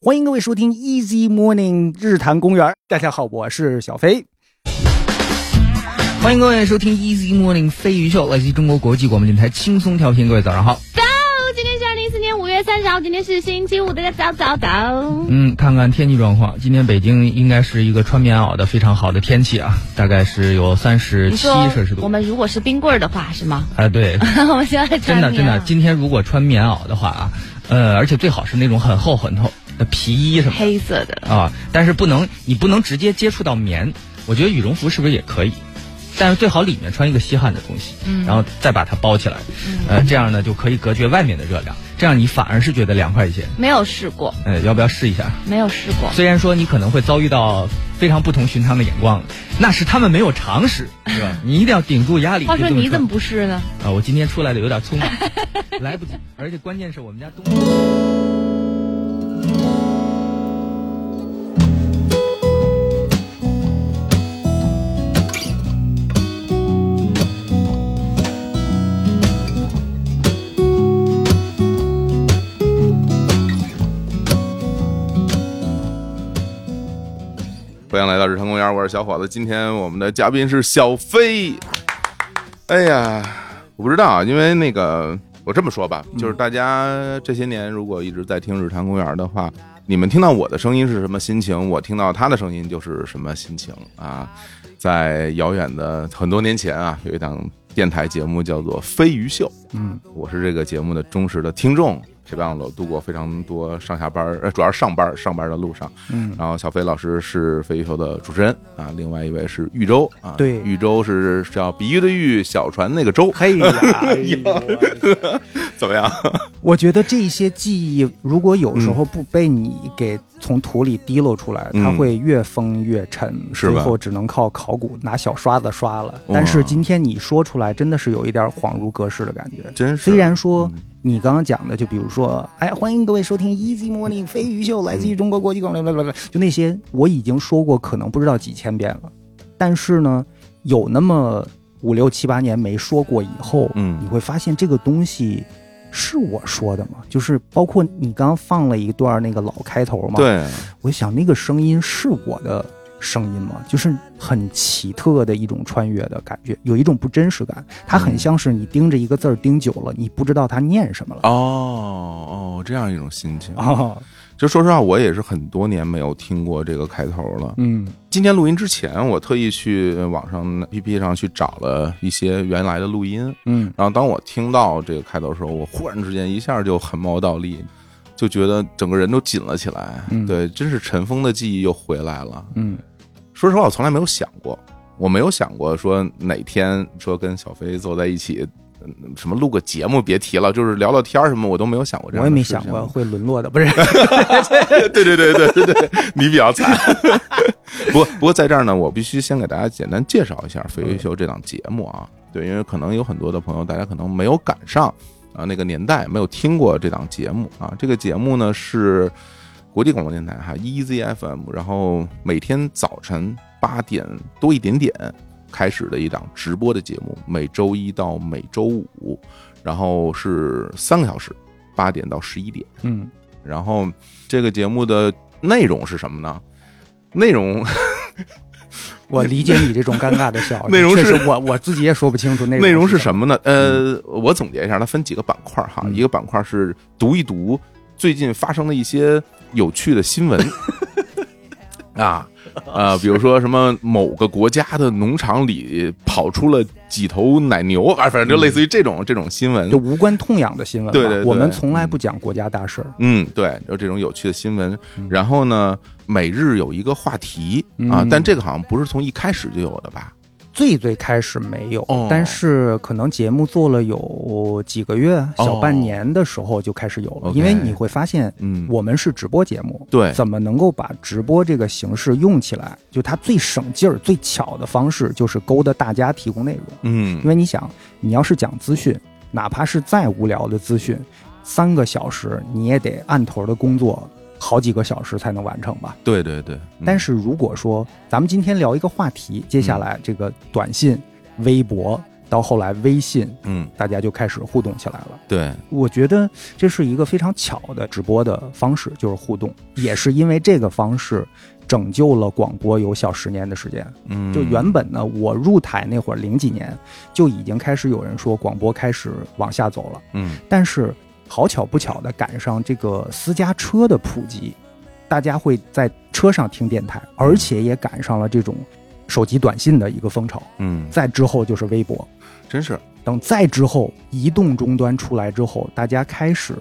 欢迎各位收听 Easy Morning 日坛公园。大家好，我是小飞。欢迎各位收听 Easy Morning 飞鱼秀，来自中国国际广播电台轻松调频。各位早上好。早，今天是二零一四年五月三十号，今天是星期五，大家早早早。嗯，看看天气状况，今天北京应该是一个穿棉袄的非常好的天气啊，大概是有三十你七说摄氏我度。们如果是冰棍儿的话，是吗？ 哎，对，我现在真的穿真棉的，袄今天如果穿棉袄的话啊，呃，而且最好是那种很厚很厚的皮衣什么黑色的，的啊，但是不能你不能直接接触到棉，我觉得羽绒服是不是也可以？但是最好里面穿一个吸汗的东西，嗯然后再把它包起来，呃，这样呢就可以隔绝外面的热量，这样你反而是觉得凉快一些。没有试过，呃，要不要试一下？没有试过。虽然说你可能会遭遇到非常不同寻常的眼光，那是他们没有常识，是吧？你一定要顶住压力。话说就这你怎么说不试呢？啊？我今天出来的有点 匆忙，来不及，而且关键是我们家东。欢迎来到日常公园，我是小伙子。今天我们的嘉宾是小飞。哎呀，我不知道啊，因为那个我这么说吧，嗯就是大家这些年如果一直在听日常公园的话，你们听到我的声音是什么心情，我听到他的声音就是什么心情啊。在遥远的很多年前啊，有一档电台节目叫做《飞鱼秀》，嗯，我是这个节目的忠实的听众，陪伴了我度过非常多上下班儿，呃，主要是上班儿上班儿的路上。嗯然后小飞老师是飞鱼秀的主持人啊，另外一位是豫州啊，对豫州是叫比喻的喻，小船那个舟， 嘿呀， 哎怎么样？我觉得这些记忆如果有时候不被你给从土里滴漏出来，嗯它会越封越沉，是吧最后只能靠考古拿小刷子刷了。哇但是今天你说出来，真的是有一点恍如隔世的感觉。真是嗯虽然说你刚刚讲的，就比如说，哎，欢迎各位收听 Easy 嗯 Morning 飞鱼秀，来自于中国国际广播，就那些我已经说过，可能不知道几千遍了，但是呢，有那么五六七八年没说过以后，嗯你会发现这个东西是我说的吗？就是包括你刚刚放了一段那个老开头嘛，，对，啊我想那个声音是我的声音吗？就是很奇特的一种穿越的感觉，有一种不真实感。它很像是你盯着一个字儿盯久了，你不知道它念什么 了。哦哦，这样一种心情。哦，就说实话，我也是很多年没有听过这个开头了。嗯今天录音之前，我特意去网上 APP 上去找了一些原来的录音，嗯，然后当我听到这个开头的时候，我忽然之间一下就很毛倒立，就觉得整个人都紧了起来。嗯对，真是尘封的记忆又回来了。嗯说实话，我从来没有想过，我没有想过说哪天说跟小飞坐在一起，嗯什么录个节目，别提了，就是聊聊天儿什么，我都没有想过这我样。也没想过。会沦落的，嗯不是？ 对对对对对对，你比较惨。 不过不过在这儿呢，我必须先给大家简单介绍一下《飞鱼秀》这档节目啊。对，因为可能有很多的朋友，大家可能没有赶上啊那个年代，没有听过这档节目啊。这个节目呢是国际广播电台哈，E EZ FM，然后每天早晨八点多一点点开始的一档直播的节目，每周一到每周五，然后是三个小时，八点到十一点。嗯然后这个节目的内容是什么呢？内容我理解你这种尴尬的笑。 内容确是实我我自己也说不清楚内内容是么。什么呢？呃，我总结一下，它分几个板块哈，嗯一个板块是读一读最近发生的一些有趣的新 闻啊。呃，比如说什么某个国家的农场里跑出了几头奶牛，啊，反正就类似于这种、这种新闻，就无关痛痒的新闻吧，对对对我们从来不讲国家大事儿。嗯，对，有这种有趣的新闻。然后呢，每日有一个话题啊嗯，但这个好像不是从一开始就有的吧？最最开始没有，哦但是可能节目做了有几个月、小半年的时候就开始有了，哦 OK 因为你会发现，嗯我们是直播节目，对怎么能够把直播这个形式用起来？就它最省劲儿、最巧的方式，就是勾搭大家提供内容。嗯因为你想，你要是讲资讯，哪怕是再无聊的资讯，三个小时你也得按头的工作好几个小时才能完成吧？对对嗯对，但是是如果说咱们今天聊一个话题，接下来这个短信、微博、到后来微信，嗯，大家就开始互动起来了。对，我觉得这是一个非常巧的直播的方式，就是互动，也是因为这个方式拯救了广播有小十年的时间。嗯，就原本呢，我入台那会儿零几年就已经开始有人说广播开始往下走了，嗯但是好巧不巧的赶上这个私家车的普及，大家会在车上听电台，而且也赶上了这种手机短信的一个风潮。嗯，再之后就是微博，真是等再之后，移动终端出来之后，大家开始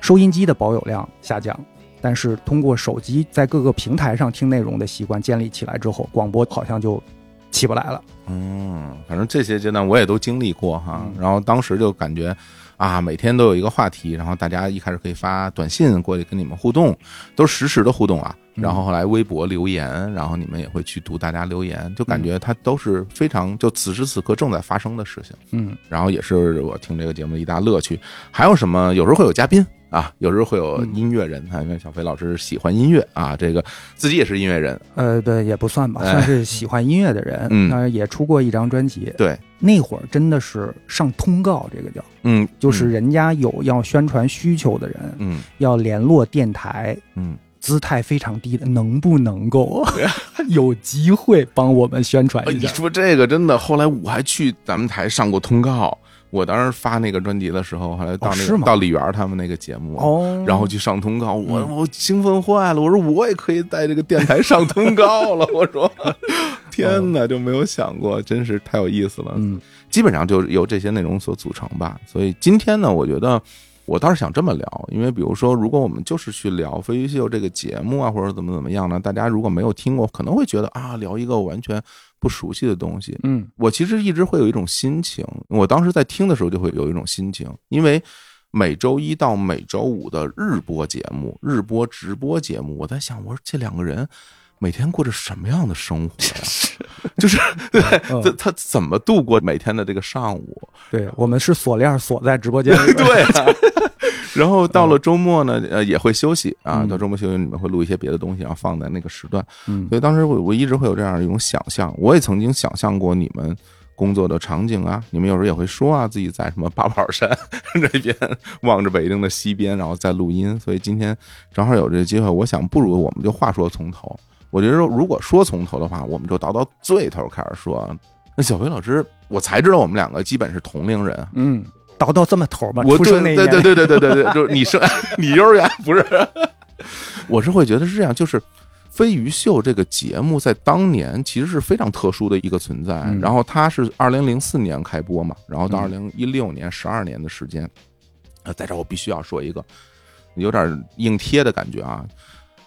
收音机的保有量下降，但是通过手机在各个平台上听内容的习惯建立起来之后，广播好像就起不来了。嗯，反正这些阶段我也都经历过哈，嗯然后当时就感觉啊，每天都有一个话题，然后大家一开始可以发短信过去跟你们互动，都是实时的互动啊，嗯然后后来微博留言，然后你们也会去读大家留言，就嗯感觉它都是非常就此时此刻正在发生的事情，嗯然后也是我听这个节目的一大乐趣。还有什么？有时候会有嘉宾。啊，有时候会有嗯音乐人，啊因为小飞老师喜欢音乐啊，这个自己也是音乐人，呃，对，也不算吧，哎算是喜欢音乐的人，嗯那也出过一张专辑。对，那会儿真的是上通告，这个叫，嗯，就是人家有要宣传需求的人，嗯要联络电台，嗯，姿态非常低的，能不能 够有机会帮我们宣传哎，一你下？说这个真的，后来我还去咱们台上过通告。我当时发那个专辑的时候，后来到哦那是个、吗到李源他们那个节目，哦，然后去上通告，我、嗯我兴奋坏了，我说我也可以在这个电台上通 告了，我说天哪，就没有想过，真是太有意思了。嗯基本上就是由这些内容所组成吧。所以今天呢，我觉得我倒是想这么聊，因为比如说，如果我们就是去聊《飞鱼秀》这个节目啊，或者怎么怎么样呢，大家如果没有听过，可能会觉得啊，聊一个完全不熟悉的东西。嗯我其实一直会有一种心情，我当时在听的时候就会有一种心情，因为每周一到每周五的日播节目、日播直播节目，我在想，我说这两个人每天过着什么样的生活 呀？ 就是嗯他他怎么度过每天的这个上 午？对，我们是锁链锁在直播间里边。 对、然后到了周末呢，呃，也会休息啊。嗯到周末休息，你们会录一些别的东西，然后放在那个时段。嗯所以当时我我一直会有这样一种想象，我也曾经想象过你们。工作的场景啊，你们有时候也会说啊，自己在什么八宝山这边望着北京的西边，然后在录音。所以今天正好有这个机会，我想不如我们就话说从头。我觉得如果说从头的话，我们就倒到最头开始说啊。那小飞老师，我才知道我们两个基本是同龄人，嗯，倒到这么头吧，我出对生那一对年对对对对 对对，就是你生 你幼儿园不是？ 我是会觉得是这样，就是《飞鱼秀》这个节目在当年其实是非常特殊的一个存在。嗯然后它是二零零四年开播嘛，然后到二嗯零一六年十二年的时间。呃，在这儿我必须要说一个有点硬贴的感觉啊，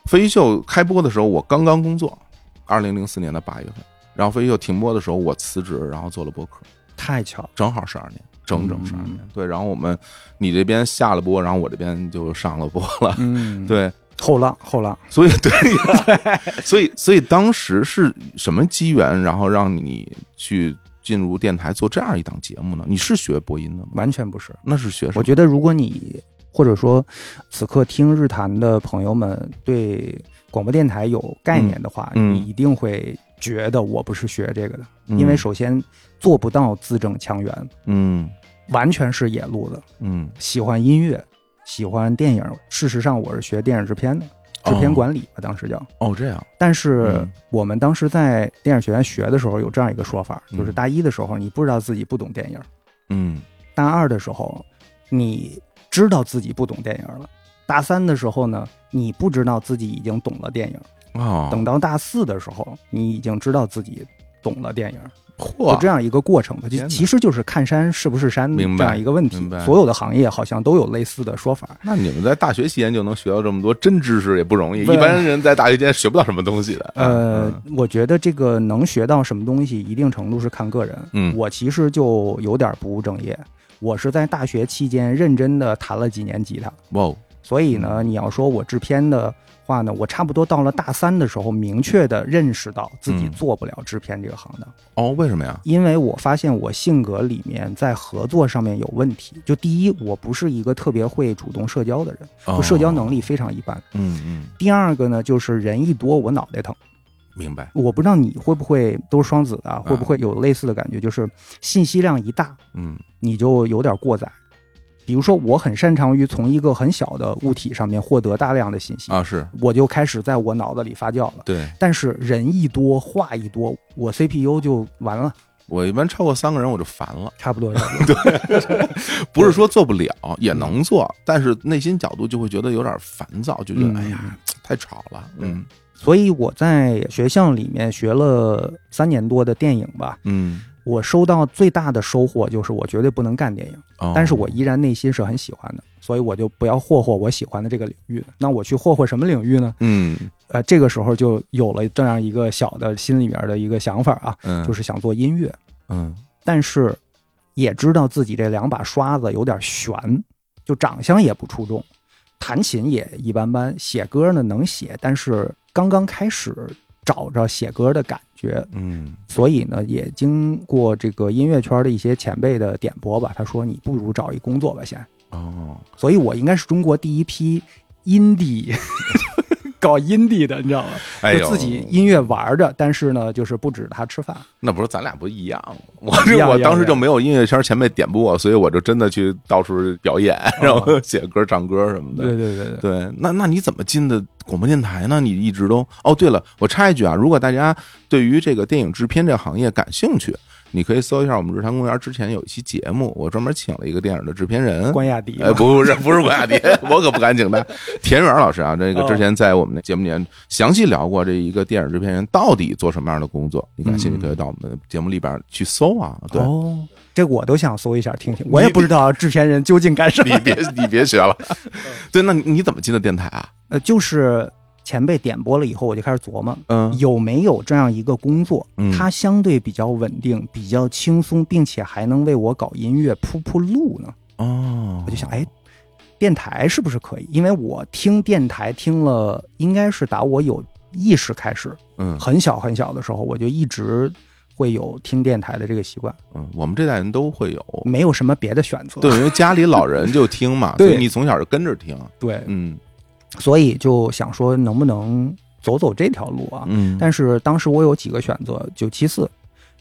《飞鱼秀》开播的时候我刚刚工作，二零零四年的八月份。然后《飞鱼秀》停播的时候我辞职，然后做了播客。太巧了。正好十二年，整整十二年嗯。对，然后我们你这边下了播，然后我这边就上了播了。嗯，，对，后浪后浪，所以对呀，所 以所以当时是什么机缘，然后让你去进入电台做这样一档节目呢？你是学播音的吗？完全不是。那是学什我么？觉得如果你或者说此刻听日坛的朋友们对广播电台有概念的话，嗯嗯你一定会觉得我不是学这个的，嗯因为首先做不到字正腔圆，嗯完全是野路子。嗯，喜欢音乐，喜欢电影，事实上我是学电影制片的，制片管理吧，当时叫。哦这样，但是哦嗯我们当时在电影学院学的时候，有这样一个说法，就是嗯大一的时候你不知道自己不懂电影，嗯大二的时候你知道自己不懂电影了，大三的时候呢，你不知道自己已经懂了电影，哦，等到大四的时候，你已经知道自己懂了电影，有嚯这，样一个过程吧。天就哪其实就是看山是不是山明这白样一个问题明白，所有的行业好像都有类似的说法。那你们在大学期间就能学到这么多真知识也不容易，对一般人在大学期间学不到什么东西的。呃嗯，我觉得这个能学到什么东西，一定程度是看个人。嗯我其实就有点不务正业，我是在大学期间认真的弹了几年吉他，哇哦，所以呢，你要说我制片的话呢，我差不多到了大三的时候，明确的认识到自己嗯做不了制片这个行当，哦，为什么呀？因为我发现我性格里面在合作上面有问题。就第一，我不是一个特别会主动社交的人，哦就社交能力非常一般。嗯嗯，第二个呢，就是人一多我脑袋疼。明白，我不知道你会不会都是双子的啊，嗯会不会有类似的感觉，就是信息量一大，嗯你就有点过载。比如说，我很擅长于从一个很小的物体上面获得大量的信息，啊是我就开始在我脑子里发酵了。对但是人一多，话一多，我 CPU 就完了，我一般超过三个人我就烦了，差不多。 不是说做不了，也能做，但是内心角度就会觉得有点烦躁，就觉嗯得哎呀太吵了，嗯所以我在学校里面学了三年多的电影吧，嗯，我收到最大的收获就是我绝对不能干电影，哦但是我依然内心是很喜欢的，所以我就不要霍霍我喜欢的这个领域。那我去霍霍什么领域呢？嗯呃，这个时候就有了这样一个小的心里面的一个想法啊，嗯就是想做音乐，嗯但是也知道自己这两把刷子有点悬，就长相也不出众，弹琴也一般般，写歌呢能写，但是刚刚开始找着写歌的感觉，嗯所以呢，也经过这个音乐圈的一些前辈的点拨吧，他说你不如找一工作吧先。哦所以我应该是中国第一批 indie 搞 indie 的，你知道吗？哎呦就自己音乐玩着，但是呢，就是不指着他吃饭。那不是咱俩不一样吗？ 我一是样我一样当时一就样没有音乐圈前辈点拨我，所以我就真的去到处表演，然后写歌、唱歌什么的。对对对对，哦对，那那你怎么进的广播电台呢？你一直都哦，对了，我插一句啊，如果大家对于这个电影制片这个行业感兴趣，你可以搜一下我们日坛公园之前有一期节目，我专门请了一个电影的制片人。关雅迪嘛。哎，不不是不是关雅迪，我可不敢请他。田园老师啊，这个哦之前在我们的节目里面详细聊过这一个电影制片人到底做什么样的工作，你感兴趣可以到我们的节目里边去搜啊。对，哦，这我都想搜一下听听，我也不知道制片人究竟干什么你。别你别学了。对，那你你怎么进的电台啊？呃，就是前辈点播了以后，我就开始琢磨。嗯有没有这样一个工作嗯，它相对比较稳定、比较轻松，并且还能为我搞音乐铺铺路呢？哦我就想，哎，电台是不是可以？因为我听电台听了，应该是打我有意识开始，嗯很小很小的时候，我就一直会有听电台的这个习惯，嗯，我们这代人都会有，没有什么别的选择。对，因为家里老人就听 嘛，所嗯对以你从小就跟着听。对，嗯所以就想说，能不能走走这条路啊？嗯，但是当时我有几个选择，九七四、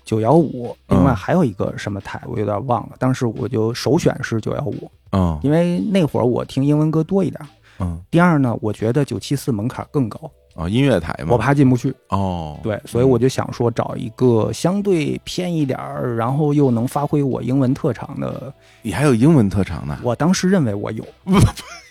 九幺五，嗯另外还有一个什么台，我有点忘了。当时我就首选是九幺五，嗯因为那会儿我听英文歌多一点。嗯第二呢，我觉得九七四门槛更高，哦，音乐台嘛，我怕进不去，哦，对，所以我就想说找一个相对偏一点儿，然后又能发挥我英文特长的。你嗯还有英文特长呢，我当时认为我有，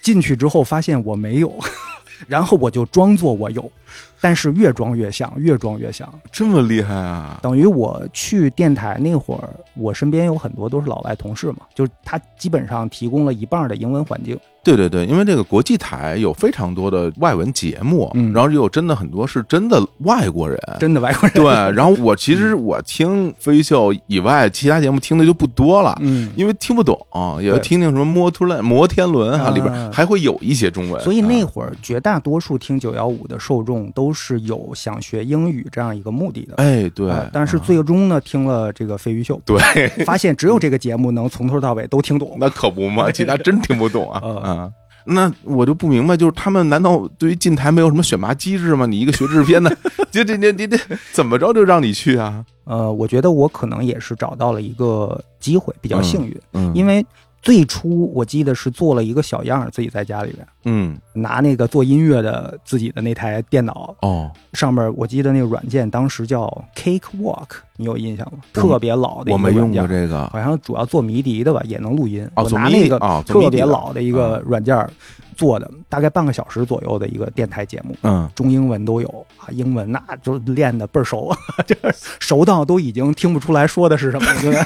进去之后发现我没有， 然后我就装作我有，但是越装越像，越装越像。这么厉害啊！等于我去电台那会儿，我身边有很多都是老外同事嘛，就是他基本上提供了一半的英文环境。对对对，因为这个国际台有非常多的外文节目，嗯然后有真的很多是真的外国人。真的外国人。对， 然后我其实我听飞秀以外，其他节目听的就不多了，嗯，因为听不懂，也对听听什么摩托轮、摩天轮啊，啊里边还会有一些中文。所以那啊会儿绝大多数听九幺五的受众都是有想学英语这样一个目的的。哎，对啊，但是啊最终呢，听了这个飞鱼秀，对， 发现只有这个节目能从头到尾都听懂。那可不嘛，其他真听不懂啊嗯啊。那我就不明白，就是他们难道对于进台没有什么选拔机制吗？你一个学制片的， 这这这这这怎么着就让你去啊？呃，我觉得我可能也是找到了一个机会，比较嗯幸运，嗯因为最初我记得是做了一个小样儿，自己在家里边。嗯拿那个做音乐的自己的那台电脑哦，上面，我记得那个软件当时叫 Cakewalk，你有印象吗？我特别老的一我个没用软件，过这个好像主要做迷笛的吧，也能录音。哦我做拿迷笛那个哦做迷特笛别的嗯老的一个软件做的，大概半个小时左右的一个电台节目。嗯中英文都有啊，英文那就练的倍儿熟，啊 就是熟到都已经听不出来说的是什么了。现在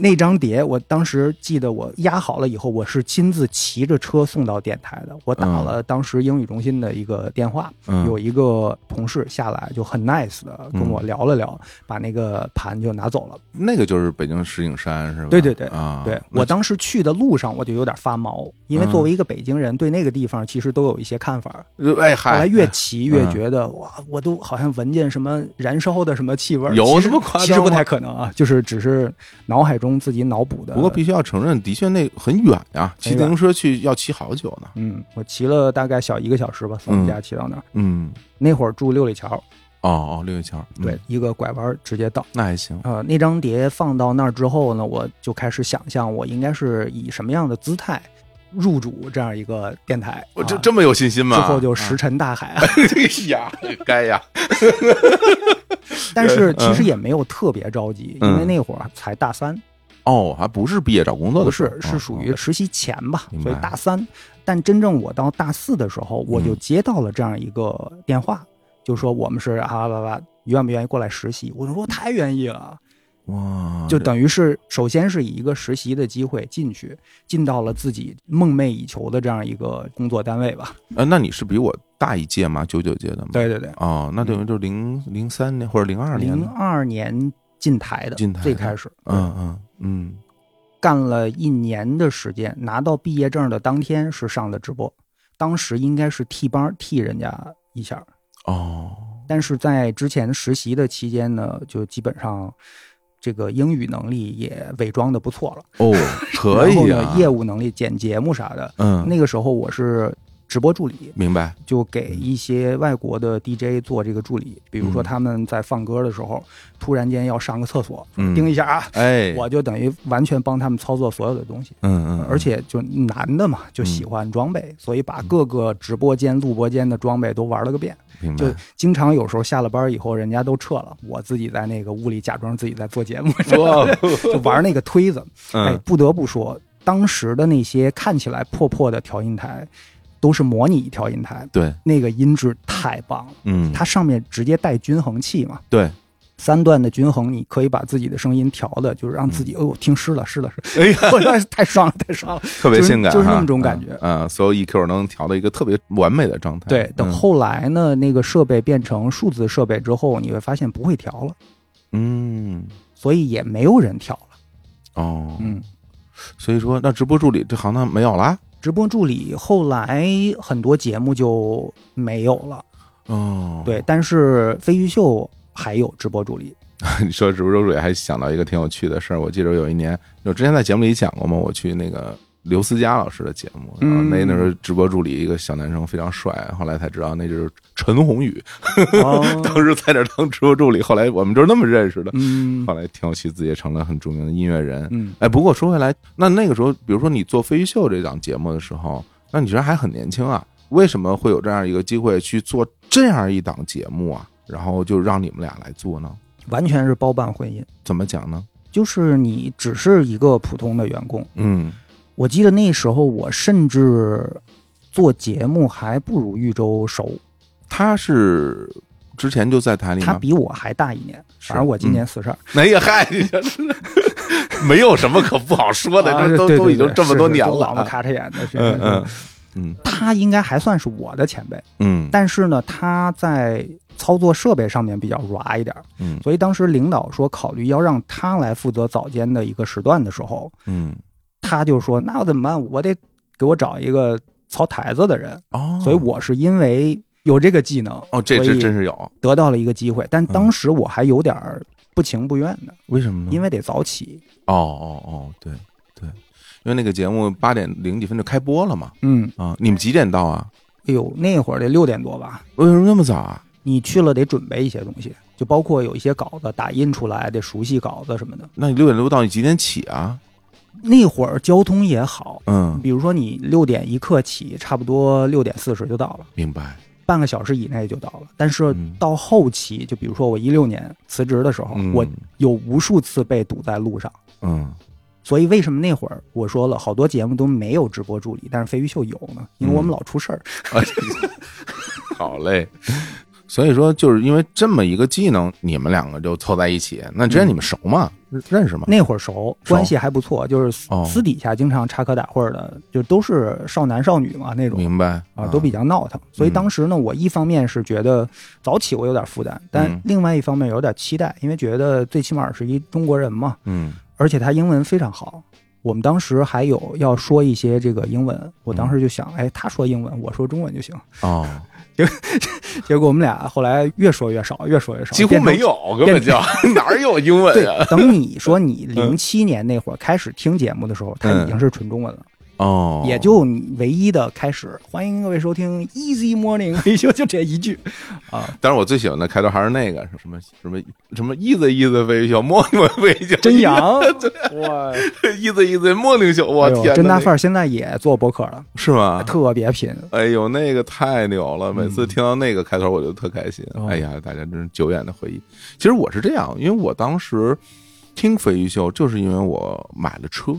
那张碟，我当时记得我压好了以后，我是亲自骑着车送到电台的。我打嗯了当时英语中心的一个电话，嗯有一个同事下来就很 nice 的跟我聊了聊，把那个盘就拿走了。那个就是北京石景山是吧？对对对啊，对那我当时去的路上，我就有点发毛，因为嗯作为一个北京人，对那个地方其实都有一些看法。哎后来嗨，越骑越嗯觉得、哇，我都好像闻见什么燃烧的什么气味儿，有其实这么夸张吗其实不太可能啊，就是只是脑海中自己脑补的。不过必须要承认，的确那很远呀，骑很自远行车去要骑好久久呢？嗯，我骑了大概小一个小时吧，从我们家骑到那儿。嗯，那会儿住六里桥，哦哦，六月桥，嗯对，，一个拐弯儿直接到。那还行。呃，那张碟放到那儿之后呢，我就开始想象我应该是以什么样的姿态入主这样一个电台。我哦这啊这么有信心吗？之后就石沉大海啊， 哎呀，该呀， 但 是其实也没有特别着急，嗯因为那会儿才大三，哦，还不是毕业找工作不的时候，是是属于哦实习前吧，明白所以大三。但真正我到大四的时候，我就嗯接到了这样一个电话，就说我们是啊吧吧，愿不愿意过来实习？我就说太愿意了，嗯哇，就这等于是首先是以一个实习的机会进去，进到了自己梦寐以求的这样一个工作单位吧。呃，那你是比我大一届吗？九九届的吗？对对对，哦，那等于就是零零三年或者零二年零的，二年进台的，进台的最开始，嗯嗯嗯，干了一年的时间，拿到毕业证的当天是上的直播，当时应该是替班替人家一下，哦，但是在之前实习的期间呢，就基本上这个英语能力也伪装的不错了， 哦，可以然后啊，呢，业务能力、剪节目啥的，嗯，那个时候我是直播助理，明白，就给一些外国的 DJ 做这个助理，比如说嗯他们在放歌的时候，突然间要上个厕所，嗯，叮一下啊，哎，我就等于完全帮他们操作所有的东西。嗯嗯，而且就男的嘛，就喜欢装备，所以嗯把各个直播间、录播间的装备都玩了个遍。明白就，经常有时候下了班以后，人家都撤了，我自己在那个屋里假装自己在做节 目， 就玩那个推子。哎，哦嗯，不得不说，当时的那些看起来破破的调音台，都是模拟调音台，对，那个音质太棒了。嗯，它上面直接带均衡器嘛，对，三段的均衡，你可以把自己的声音调的，就是让自己，哦，呦，听湿了，湿了，湿了，嗯 哎呀， 我说太爽了，太 爽了。特别性感哈，就是就是那么种感觉嗯，嗯所有 EQ 能调到一个特别完美的状态，对，等嗯后来呢，那个设备变成数字设备之后，你会发现不会调了，嗯，所以也没有人调了。哦，嗯，所以说那直播助理这行当没有啦，直播助理后来很多节目就没有了，哦，对，但是飞鱼秀还有直播助理， 你说直播助理还想到一个挺有趣的事儿，我记得有一年，我之前在节目里讲过嘛，我去那个刘思佳老师的节目，然后那嗯那时候直播助理一个小男生非常帅，后来才知道那就是陈宏宇，哦当时在那儿当直播助理，后来我们就是那么认识的， 嗯后来挺有趣，自己也成了很著名的音乐人。嗯，哎，不过说回来，那那个时候，比如说你做飞鱼秀这档节目的时候，那你觉得还很年轻啊，为什么会有这样一个机会去做这样一档节目啊？然后就让你们俩来做呢？完全是包办婚姻，怎么讲呢？就是你只是一个普通的员工。嗯。我记得那时候我甚至做节目还不如玉州熟，他是之前就在台里他 吗？比我还大一年，是反正我今年四十二。哎呀，嗨，你这是 没有什么可不好说的，这都啊对对都对已经这么多是是年都了老了啊。咔嚓眼的。是嗯嗯，是嗯他应该还算是我的前辈，嗯但是呢，他在操作设备上面比较 raw 一点儿，嗯所以当时领导说考虑要让他来负责早间的一个时段的时候，嗯他就说：“那我怎么办？我得给我找一个操台子的人。哦，所以我是因为有这个技能，哦，这所这以真是嗯有，得到了一个机会，但当时我还有点儿不情不愿的，为什么呢因为得早起。哦哦哦，对对，因为那个节目八点零几分就开播了嘛嗯，啊，你们几点到啊？哎呦，那会儿得六点多吧，为什么那么早啊？你去了得准备一些东西，就包括有一些稿子打印出来，得熟悉稿子什么的。那你六点多到，你几点起啊？那会儿交通也好，嗯，比如说你六点一刻起，差不多六点四十就到了，明白。半个小时以内就到了。但是嗯到后期，就比如说我一六年辞职的时候，嗯我有无数次被堵在路上。嗯，所以为什么那会儿我说了好多节目都没有直播助理，但是飞鱼秀有呢？因嗯为我们老出事儿。啊，好嘞。 所以说，就是因为这么一个技能，你们两个就凑在一起。那之前你们熟吗？嗯认识吗？那会儿熟，熟关系还不错，就是私哦私底下经常插科打诨的，就都是少男少女嘛那种。明白啊，都比较闹腾。所嗯以当时呢，我一方面是觉得早起我有点负担，但嗯另外一方面有点期待，因为觉得最起码是一中国人嘛，嗯而且他英文非常好。我们当时还有要说一些这个英文，我当时就想，哎，他说英文，我说中文就行。 哦，结果我们俩后来越说越少，越说越少，几乎变成没。有，根本就 哪儿有英文对啊？，等你说你零七年那会儿开始听节目的时候，他已经是纯中文了。嗯哦，也就你唯一的开始。欢迎各位收听 Easy Morning 维修，就这一句啊，但是我最喜欢的开头还是那个什么什么什么 easy easy 飞秀，摸摸飞秀，真 阳，哇， easy easy 摸灵秀，我哎呦天哪，啊真大儿范儿现在也做博客了，是吗？特别拼。哎呦，那个太牛了！每次听到那个开头，我就特开心。嗯哦哎呀，大家真是久远的回忆。其实我是这样，因为我当时听飞鱼秀，就是因为我买了车，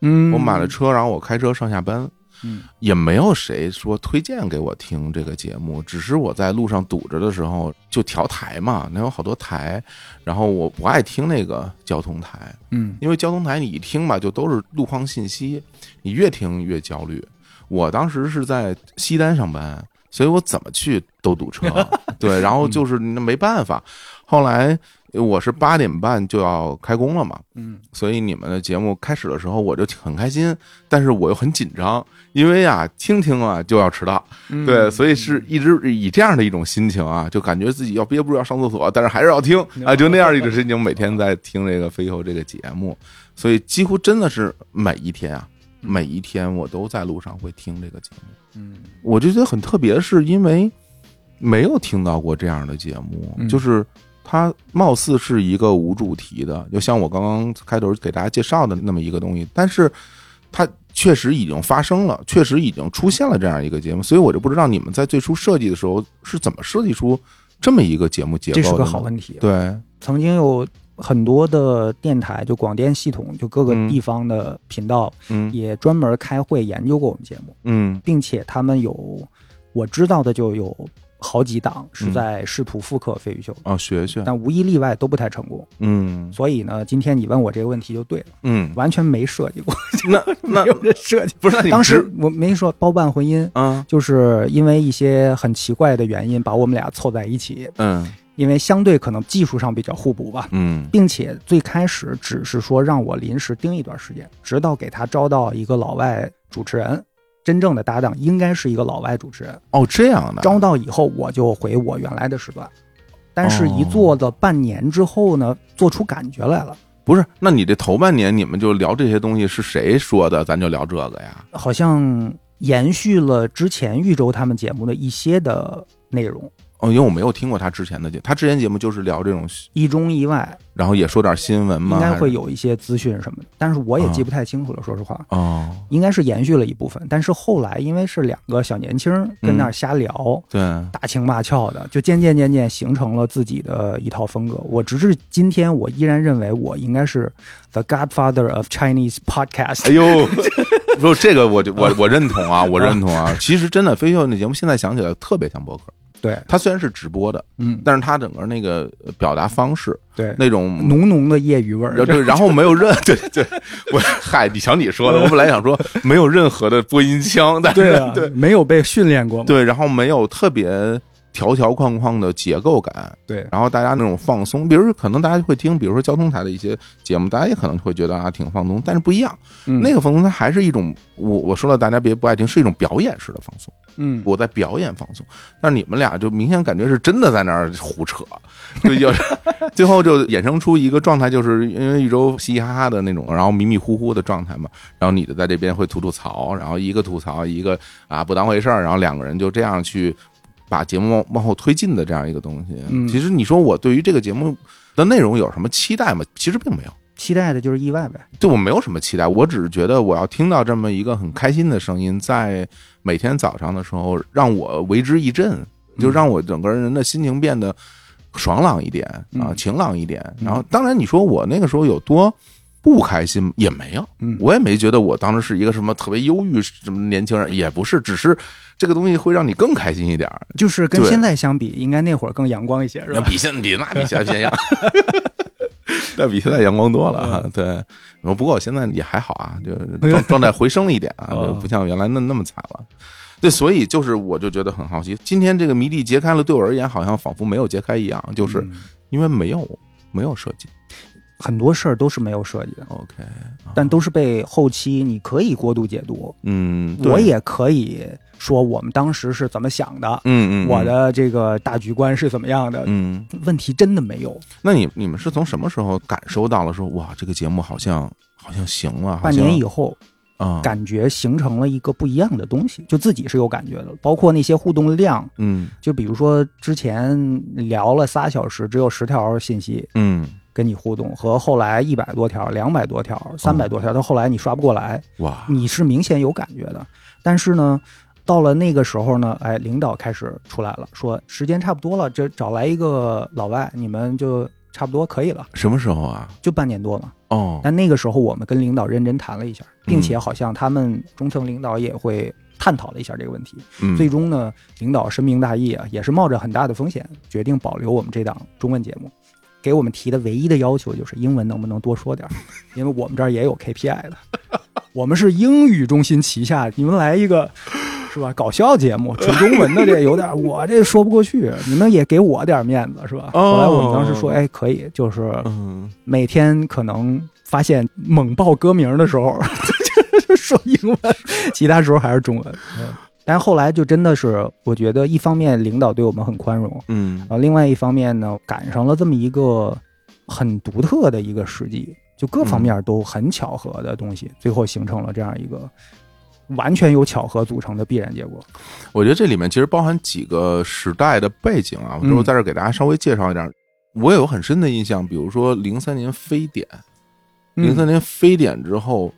嗯，我买了车，然后我开车上下班，嗯，也没有谁说推荐给我听这个节目，只是我在路上堵着的时候就调台嘛，能有好多台，然后我不爱听那个交通台，嗯，因为交通台你一听吧，就都是路况信息，你越听越焦虑。我当时是在西单上班，所以我怎么去都堵 车，对，然后就是那没办法。后来我是八点半就要开工了嘛，嗯，所以你们的节目开始的时候我就很开心，但是我又很紧张，因为啊听听啊就要迟到，嗯对，所以是一直以这样的一种心情啊，就感觉自己要憋不住要上厕所，但是还是要听啊，就那样的一种心情，每天在听这个飞游这个节目，所以几乎真的是每一天啊，每一天我都在路上会听这个节目。嗯我就觉得很特别，是因为没有听到过这样的节目，嗯就是它貌似是一个无主题的，就像我刚刚开头给大家介绍的那么一个东西，但是它确实已经发生了，确实已经出现了这样一个节目，所以我就不知道你们在最初设计的时候是怎么设计出这么一个节目结构这的。是个好问题。，啊对，曾经有很多的电台，就广电系统，就各个嗯地方的频道，嗯也专门开会研究过我们节目，嗯并且他们有我知道的就有好几档是在试图复刻飞鱼秀的，啊，学学，但无一例外都不太成功。嗯所以呢，今天你问我这个问题就对了，嗯，完全没设计过，那 那没有这 设计。不是那你当直时我没说包办婚姻，啊就是因为一些很奇怪的原因把我们俩凑在一起，嗯因为相对可能技术上比较互补吧。嗯并且最开始只是说让我临时盯一段时间，直到给他招到一个老外主持人，真正的搭档应该是一个老外主持人。哦这样的招到以后，我就回我原来的时段，但是一做了半年之后呢，做出感觉来了，不是，那你这头半年你们就聊这些东西是谁说的？咱就聊这个呀。好像延续了之前豫州他们节目的一些的内容，哦，因为我没有听过他之前的节，他之前节目就是聊这种，一中一外然后也说点新闻嘛，应该还是啊会有一些资讯什么的，但是我也记不太清楚了，说实话。哦，应该是延续了一部分，但是后来因为是两个小年轻儿跟嗯那儿瞎聊，对，大情骂俏的，就渐渐渐渐形成了自己的一套风格。我直至今天，我依然认为我应该是 the Godfather of Chinese 哎 podcast。呦，不，这个我就我我认同啊，我认同啊。其实真的飞秀那节目现在想起来特别像博客， 对，它虽然是直播的，嗯，但是它整个那个表达方式对，那种浓浓的业余味儿然后。对，然后没有任 对对，我嗨，你瞧你说的，我本来想说没有任何的播音腔，但 是对啊，对没有被训练过嘛？对，然后没有特别条条框框的结构感，对然后大家那种放松，比如说可能大家会听，比如说交通台的一些节目，大家也可能会觉得啊挺放松，但是不一样，嗯那个放松它还是一种，我我说了大家别不爱听，是一种表演式的放松，嗯，我在表演放松，但是你们俩就明显感觉是真的在那儿胡扯，就有 最后就衍生出一个状态，就是因为一周嘻嘻哈哈的那种，然后迷迷糊糊的状态嘛，然后你就在这边会吐吐槽，然后一个吐槽一个啊不当回事儿，然后两个人就这样去把节目往往后推进的这样一个东西。嗯其实你说我对于这个节目的内容有什么期待吗？其实并没有。期待的就是意外呗。对我没有什么期待，我只是觉得我要听到这么一个很开心的声音，在每天早上的时候，让我为之一振，就嗯让我整个人的心情变得爽朗一点啊，嗯晴朗一点。嗯然后，当然你说我那个时候有多不开心也没有，嗯，我也没觉得我当时是一个什么特别忧郁什么年轻人，也不是，只是这个东西会让你更开心一点儿，就是跟对现在相比，应该那会儿更阳光一些，是那吧？比现比那比现在 便宜，那比现在阳光多了嗯啊。对，然后不过我现在也还好啊， 就是状状态回升了一点啊，哦就不像原来那那么惨了。对，所以就是我就觉得很好奇，今天这个谜底揭开了，对我而言好像仿佛没有揭开一样，就是嗯因为没有没有设计。很多事儿都是没有设计的， OK，但都是被后期你可以过度解读，嗯，对我也可以说我们当时是怎么想的，嗯嗯，嗯我的这个大局观是怎么样的。嗯，问题真的没有，那你你们是从什么时候感受到了说哇这个节目好像好像行了，好半像年以后啊，感觉形成了一个不一样的东西，就自己是有感觉的。包括那些互动量，嗯就比如说之前聊了仨小时，只有十条信息嗯，跟你互动，和后来一百多条、两百多条、三百多条，到后来你刷不过来，哇，你是明显有感觉的。但是呢，到了那个时候呢，哎，领导开始出来了，说时间差不多了，这找来一个老外，你们就差不多可以了，什么时候啊？就半年多嘛。哦，但那个时候我们跟领导认真谈了一下，并且好像他们中层领导也会探讨了一下这个问题。嗯最终呢，领导深明大义啊，也是冒着很大的风险，决定保留我们这档中文节目。给我们提的唯一的要求就是英文能不能多说点儿， 因为我们这儿也有 KPI 的，我们是英语中心旗下，你们来一个。是吧？搞笑节目，纯中文的这有点儿，我这说不过去。你们也给我点儿面子，是吧？哦后来我们当时说，哎，可以，就是嗯，每天可能发现猛报歌名的时候 就说英文，其他时候还是中文。但后来就真的是，我觉得一方面领导对我们很宽容，嗯然后另外一方面呢，赶上了这么一个很独特的一个时机，就各方面都很巧合的东西，最后形成了这样一个完全由巧合组成的必然结果。我觉得这里面其实包含几个时代的背景啊，我嗯之后在这儿给大家稍微介绍一点。我有很深的印象，比如说零三年非典，零三嗯年非典之后，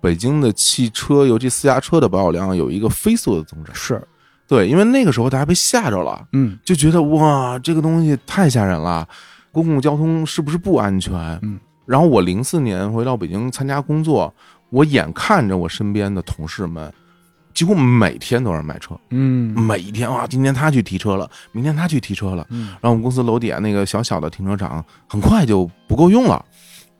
北京的汽车，尤其私家车的保有量有一个飞速的增长。是，对，因为那个时候大家被吓着了，嗯就觉得哇，这个东西太吓人了，公共交通是不是不安全？嗯。然后我零四年回到北京参加工作，我眼看着我身边的同事们，几乎每天都是卖车，嗯每一天哇，今天他去提车了，明天他去提车了。嗯然后我们公司楼底下那个小小的停车场很快就不够用了。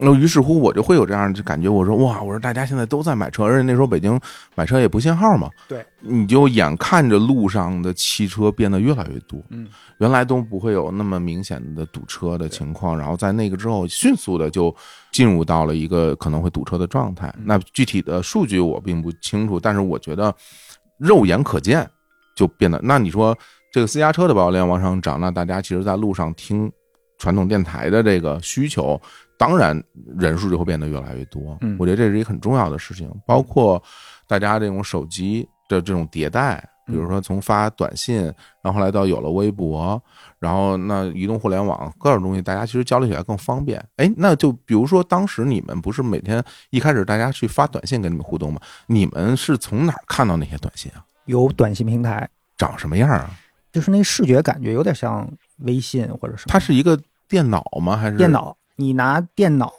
那于是乎我就会有这样的感觉，我说哇，我说大家现在都在买车，而且那时候北京买车也不限号嘛，对，你就眼看着路上的汽车变得越来越多，嗯，原来都不会有那么明显的堵车的情况，然后在那个之后迅速的就进入到了一个可能会堵车的状态。嗯那具体的数据我并不清楚，但是我觉得肉眼可见就变得。那你说这个私家车的保有量往上涨，那大家其实在路上听传统电台的这个需求，当然人数就会变得越来越多。嗯我觉得这是一个很重要的事情，包括大家这种手机的这种迭代。比如说，从发短信，然后后来到有了微博，然后那移动互联网各种东西，大家其实交流起来更方便。哎，那就比如说当时你们不是每天一开始大家去发短信跟你们互动吗？你们是从哪儿看到那些短信啊？有短信平台，长什么样啊？就是那视觉感觉有点像微信或者什么。它是一个电脑吗？还是电？脑，你拿电脑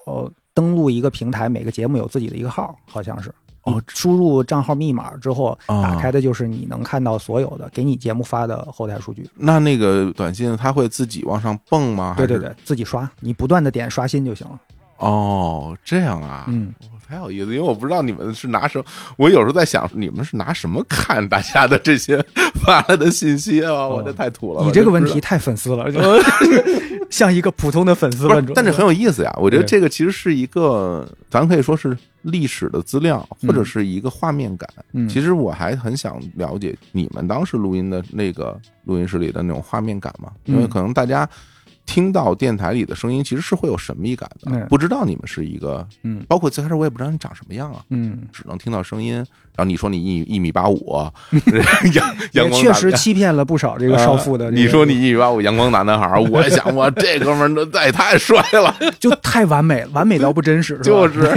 登录一个平台，每个节目有自己的一个号，好像是。哦你输入账号密码之后，啊打开的就是你能看到所有的给你节目发的后台数据。那那个短信它会自己往上蹦吗？还对是对对，自己刷，你不断的点刷新就行了。哦，这样啊，嗯，太有意思，因为我不知道你们是拿什么，我有时候在想你们是拿什么看大家的这些 发来的信息啊？我这太土了吧。哦你这个真问不知道题太粉丝了，就 像一个普通的粉丝不问出是来，但是很有意思呀。我觉得对这个其实是一个，咱可以说是历史的资料，或者是一个画面感。嗯其实我还很想了解你们当时录音的那个录音室里的那种画面感嘛，因为嗯可能大家。听到电台里的声音，其实是会有神秘感的嗯，不知道你们是一个，嗯包括最开始我也不知道你长什么样啊，嗯，只能听到声音。然后你说你一一米 八五，阳阳也光确大实欺骗了不少这个少妇的啊这个。你说你一米八五阳光大 男孩儿，我想我这哥们儿那那也太帅了，就太完美，完美到不真 实，就是吧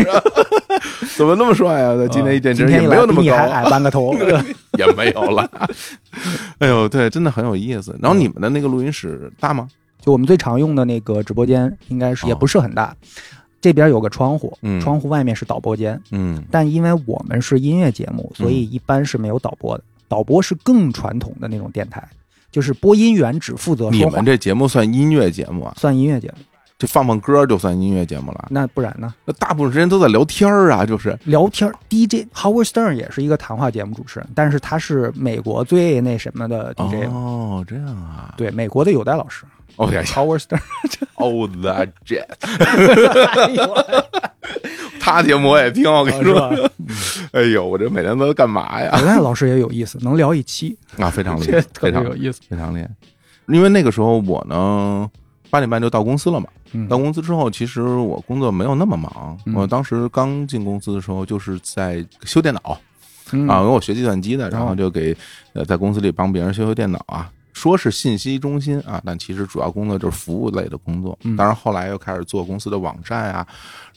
是，怎么那么帅啊？他今天一见哦今真人天也一没来有比那么你还高，啊矮半个 头。也没有了。 嗯哎呦，对，真的很有意思。然后你们的那个录音室大吗？就我们最常用的那个直播间，应该是也哦不是很大，这边有个窗户，嗯窗户外面是导播间，嗯但因为我们是音乐节目，所以一般是没有导播的。导播是更传统的那种电台，就是播音员只负责你说话们，这节目算音乐节目啊？算音乐节目。这放放歌就算音乐节目了？那不然呢？那大部分时间都在聊天儿啊，就是聊天儿 DJ Howard Stern 也是一个谈话节目主持人，但是他是美国最那什么的 DJ，、哦，这样啊，对美国的有代老师哦呀 Howard Stern。 哎，Oh that jet，他节目我也听，我跟你是吧说，哎呦，我这每天都干嘛呀？有代老师也有意思，能聊一期， 啊，非常厉这害，特非别常有意思。非常厉害。因为那个时候我呢，八点半就到公司了嘛。嗯到公司之后，其实我工作没有那么忙。嗯我当时刚进公司的时候，就是在修电脑嗯啊，因为我学计算机的，然后就给呃在公司里帮别人修修电脑啊。说是信息中心啊，但其实主要工作就是服务类的工作。嗯当然后来又开始做公司的网站啊，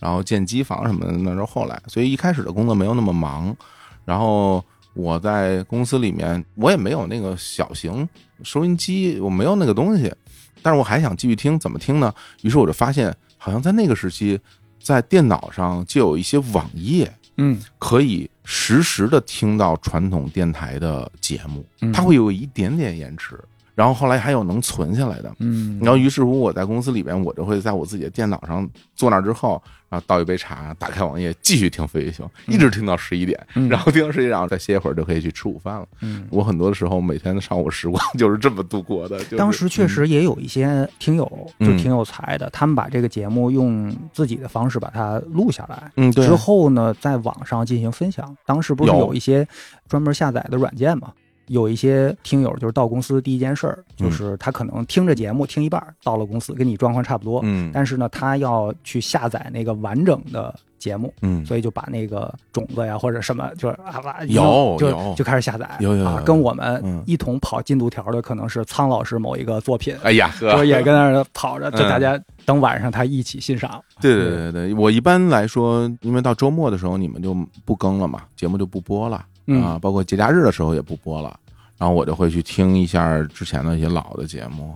然后建机房什么的，那是后来。所以一开始的工作没有那么忙。然后我在公司里面，我也没有那个小型收音机，我没有那个东西，但是我还想继续听，怎么听呢？于是我就发现，好像在那个时期，在电脑上就有一些网页嗯可以实时的听到传统电台的节目嗯，它会有一点点延迟，然后后来还有能存下来的。嗯，然后，于是乎，我在公司里边，我就会在我自己的电脑上坐那儿之后，然后倒一杯茶，打开网页，继续听《飞鱼秀》，一直听到十一点，嗯然后听到十一点，然后再歇一会儿，就可以去吃午饭了。嗯我很多的时候，每天的上午时光就是这么度过的。就是当时确实也有一些听友就嗯挺有才的，他们把这个节目用自己的方式把它录下来，嗯，对之后呢，在网上进行分享。当时不是有有一些专门下载的软件嘛？有一些听友就是到公司第一件事儿，嗯就是他可能听着节目听一半儿，到了公司跟你状况差不多，嗯但是呢，他要去下载那个完整的节目，嗯，所以就把那个种子呀或者什么，就是啊哇，一有弄有就就开始下载，有有有啊有，跟我们嗯一同跑进度条的可能是苍老师某一个作品。哎呀呵，就也跟那儿跑着，就嗯大家等晚上他一起欣赏。对对对对，我一般来说，因为到周末的时候你们就不更了嘛，节目就不播了嗯啊，包括节假日的时候也不播了，然后我就会去听一下之前的一些老的节目。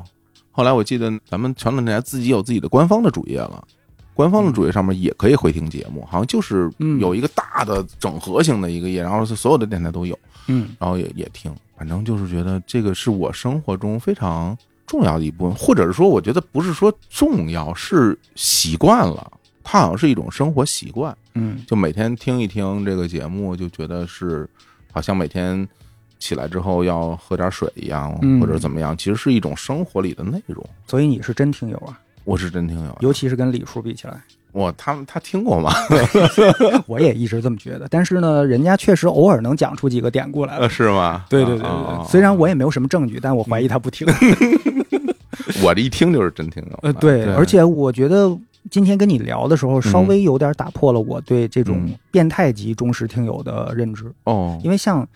后来我记得咱们传统电台自己有自己的官方的主页了。官方的主页上面也可以回听节目，好像就是嗯有一个大的整合型的一个页，然后是所有的电台都有，嗯然后也也听，反正就是觉得这个是我生活中非常重要的一部分，或者是说，我觉得不是说重要，是习惯了，它好像是一种生活习惯，嗯就每天听一听这个节目，就觉得是好像每天起来之后要喝点水一样，嗯或者怎么样，其实是一种生活里的内容。所以你是真听友啊，我是真听有，尤其是跟李叔比起来，我他们他听过吗？我也一直这么觉得。但是呢，人家确实偶尔能讲出几个典故来。 是吗？对对对对呃啊啊啊对，虽然我也没有什么证据，但我怀疑他不听。我这一听就是真听友。呃，对，而且我觉得今天跟你聊的时候，稍微有点打破了我对这种嗯变态级忠实听友的认知，哦，因为像。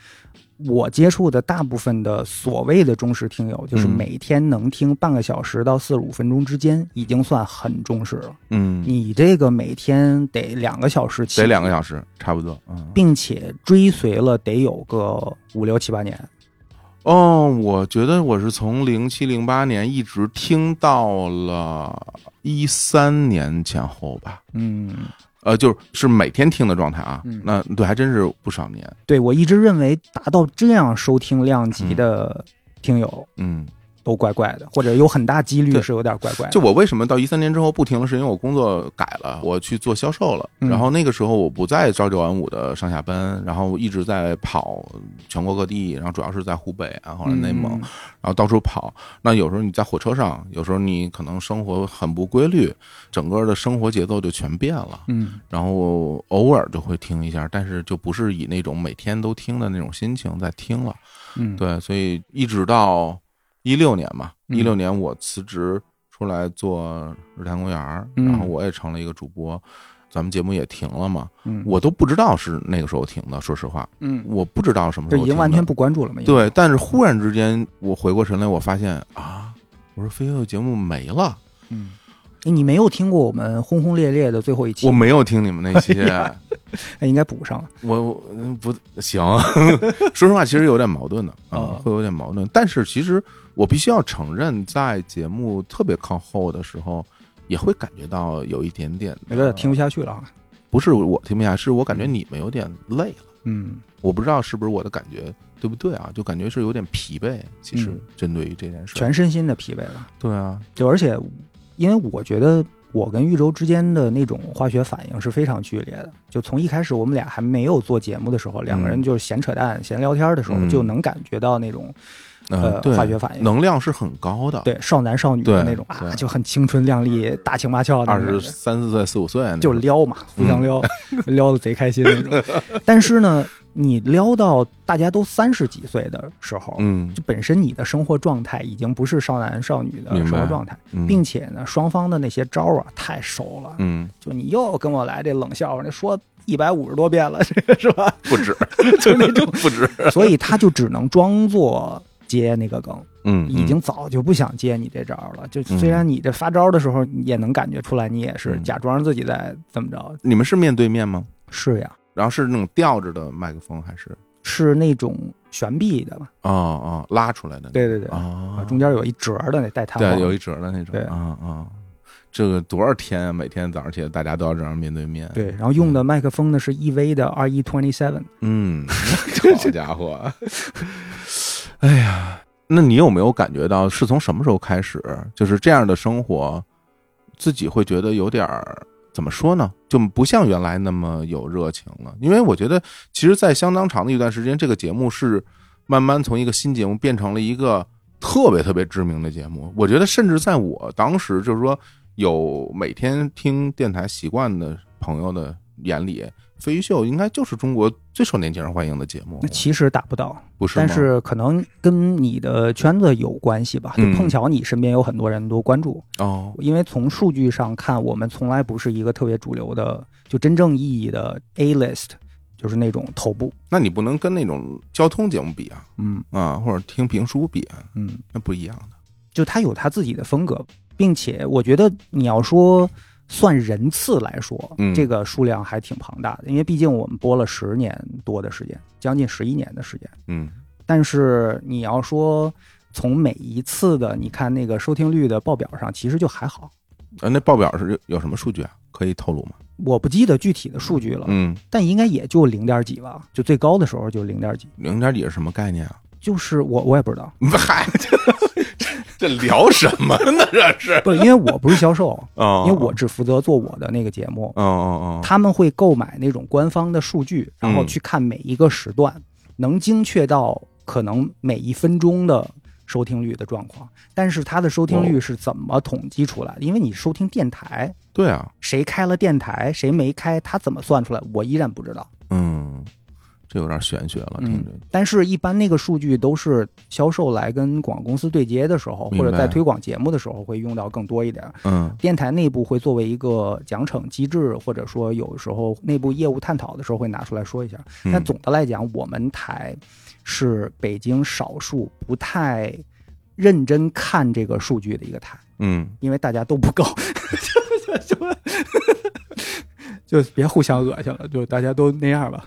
我接触的大部分的所谓的忠实听友，就是嗯每天能听半个小时到四十五分钟之间，已经算很忠实了。嗯，你这个每天得两个小时起，得两个小时差不多，嗯。并且追随了得有个五六七八年。哦，我觉得我是从零七零八年一直听到了一三年前后吧，嗯，呃，就是是每天听的状态啊。嗯那对，还真是不少年。对我一直认为达到这样收听量级的听友嗯，都怪怪的，或者有很大几率对是有点怪怪的。就我为什么到一三年之后不听了，是因为我工作改了，我去做销售了。嗯然后那个时候我不再朝九晚五的上下班，然后一直在跑全国各地，然后主要是在湖北啊，后来内蒙，嗯然后到处跑。那有时候你在火车上，有时候你可能生活很不规律，整个的生活节奏就全变 了。嗯然后偶尔就会听一下，但是就不是以那种每天都听的那种心情在听了。嗯，对，所以一直到一六年嘛，嗯一六年我辞职出来做日坛公园儿，嗯然后我也成了一个主播，咱们节目也停了嘛，嗯，我都不知道是那个时候停的。说实话，嗯，我不知道什么时就候已经停完的全不关注了嘛。对，但是忽然之间我回过神来，我发现啊，我说飞秀节目没了。嗯，你没有听过我们轰轰烈烈的最后一期，我没有听你们那 些，哎应该补上了。我我嗯不行， 说实话，其实有点矛盾的 啊啊，会有点矛盾。但是其实我必须要承认，在节目特别靠后的时候，也会感觉到有一点点嗯的有点听不下去了啊。不是我听不下，是我感觉你们有点累了。嗯我不知道是不是我的感觉对不对啊，就感觉是有点疲惫。其实嗯针对于这件事，全身心的疲惫了。对啊，就而且，因为我觉得我跟玉州之间的那种化学反应是非常剧烈的。就从一开始我们俩还没有做节目的时候，两个人就是闲扯淡、闲聊天的时候，嗯就能感觉到那种呃呃，对，化学反应能量是很高的，，对少男少女的对那种啊对，就很青春靓丽、大情大俏的二那种十。三四岁、四五岁那就 种嗯 撩嘛，互相撩，撩的贼开心那种。但是呢，你撩到大家都三十几岁的时候，嗯就本身你的生活状态已经不是少男少女的明白生活状态，嗯并且呢，双方的那些招儿啊太熟了，嗯，就你又跟我来这冷笑话，那说一百五十多遍了， 这个是 吧？不止，啊 就那种， 不止，所以他就只能装作接那个梗，嗯，已经早就不想接你这招了。就虽然你这发招的时候，你也能感觉出来，你也是嗯假装自己在怎么着，你们是面对面吗？是呀，然后是那种吊着的麦克风还是？是那种悬臂的吧？哦哦，拉出来的那种。对对对，哦啊，中间有一折的那带弹簧，对有一折的那种。对啊啊，这个多少天啊？每天早上起来大家都要这样面对面。对，，然后用的麦克风呢是 EV 的 RE twenty seven， 嗯，好家伙，哎呀，那你有没有感觉到是从什么时候开始，就是这样的生活，自己会觉得有点儿怎么说呢？就不像原来那么有热情了。因为我觉得，其实，在相当长的一段时间，这个节目是慢慢从一个新节目变成了一个特别特别知名的节目。我觉得，甚至在我当时，就是说有每天听电台习惯的朋友的眼里，《飞鱼秀》应该就是中国最受年轻人欢迎的节目那，其实达不到，不是吗？但是可能跟你的圈子有关系吧，就嗯碰巧你身边有很多人都关注，哦，因为从数据上看，我们从来不是一个特别主流的，就真正意义的 A list，就是那种头部，那你不能跟那种交通节目比啊嗯啊，或者听评书比啊，嗯，那不一样的。就他有他自己的风格，并且我觉得你要说算人次来说，嗯这个数量还挺庞大的，因为毕竟我们播了十年多的时间，将近十一年的时间。嗯但是你要说从每一次的你看那个收听率的报表上，其实就还好。呃，那报表是有什么数据啊？可以透露吗？我不记得具体的数据了，嗯，但应该也就零点几吧，就最高的时候就零点几，零点几是什么概念啊？就是我我也不知道，嗨，这这聊什么呢？这是不是因为我不是销售，啊 哦因为我只负责做我的那个节目，哦哦哦，他们会购买那种官方的数据，嗯然后去看每一个时段，能精确到可能每一分钟的收听率的状况。但是它的收听率是怎么统计出来的？因为你收听电台，对啊，谁开了电台，谁没开，它怎么算出来？我依然不知道。嗯，这有点玄学了，听着。嗯，但是一般那个数据都是销售来跟广告公司对接的时候，明或白者在推广节目的时候会用到更多一点。嗯电台内部会作为一个奖惩机制，或者说有时候内部业务探讨的时候会拿出来说一下。嗯但总的来讲，我们台是北京少数不太认真看这个数据的一个台，嗯，因为大家都不够， 就就就就别互相恶心了，就大家都那样吧。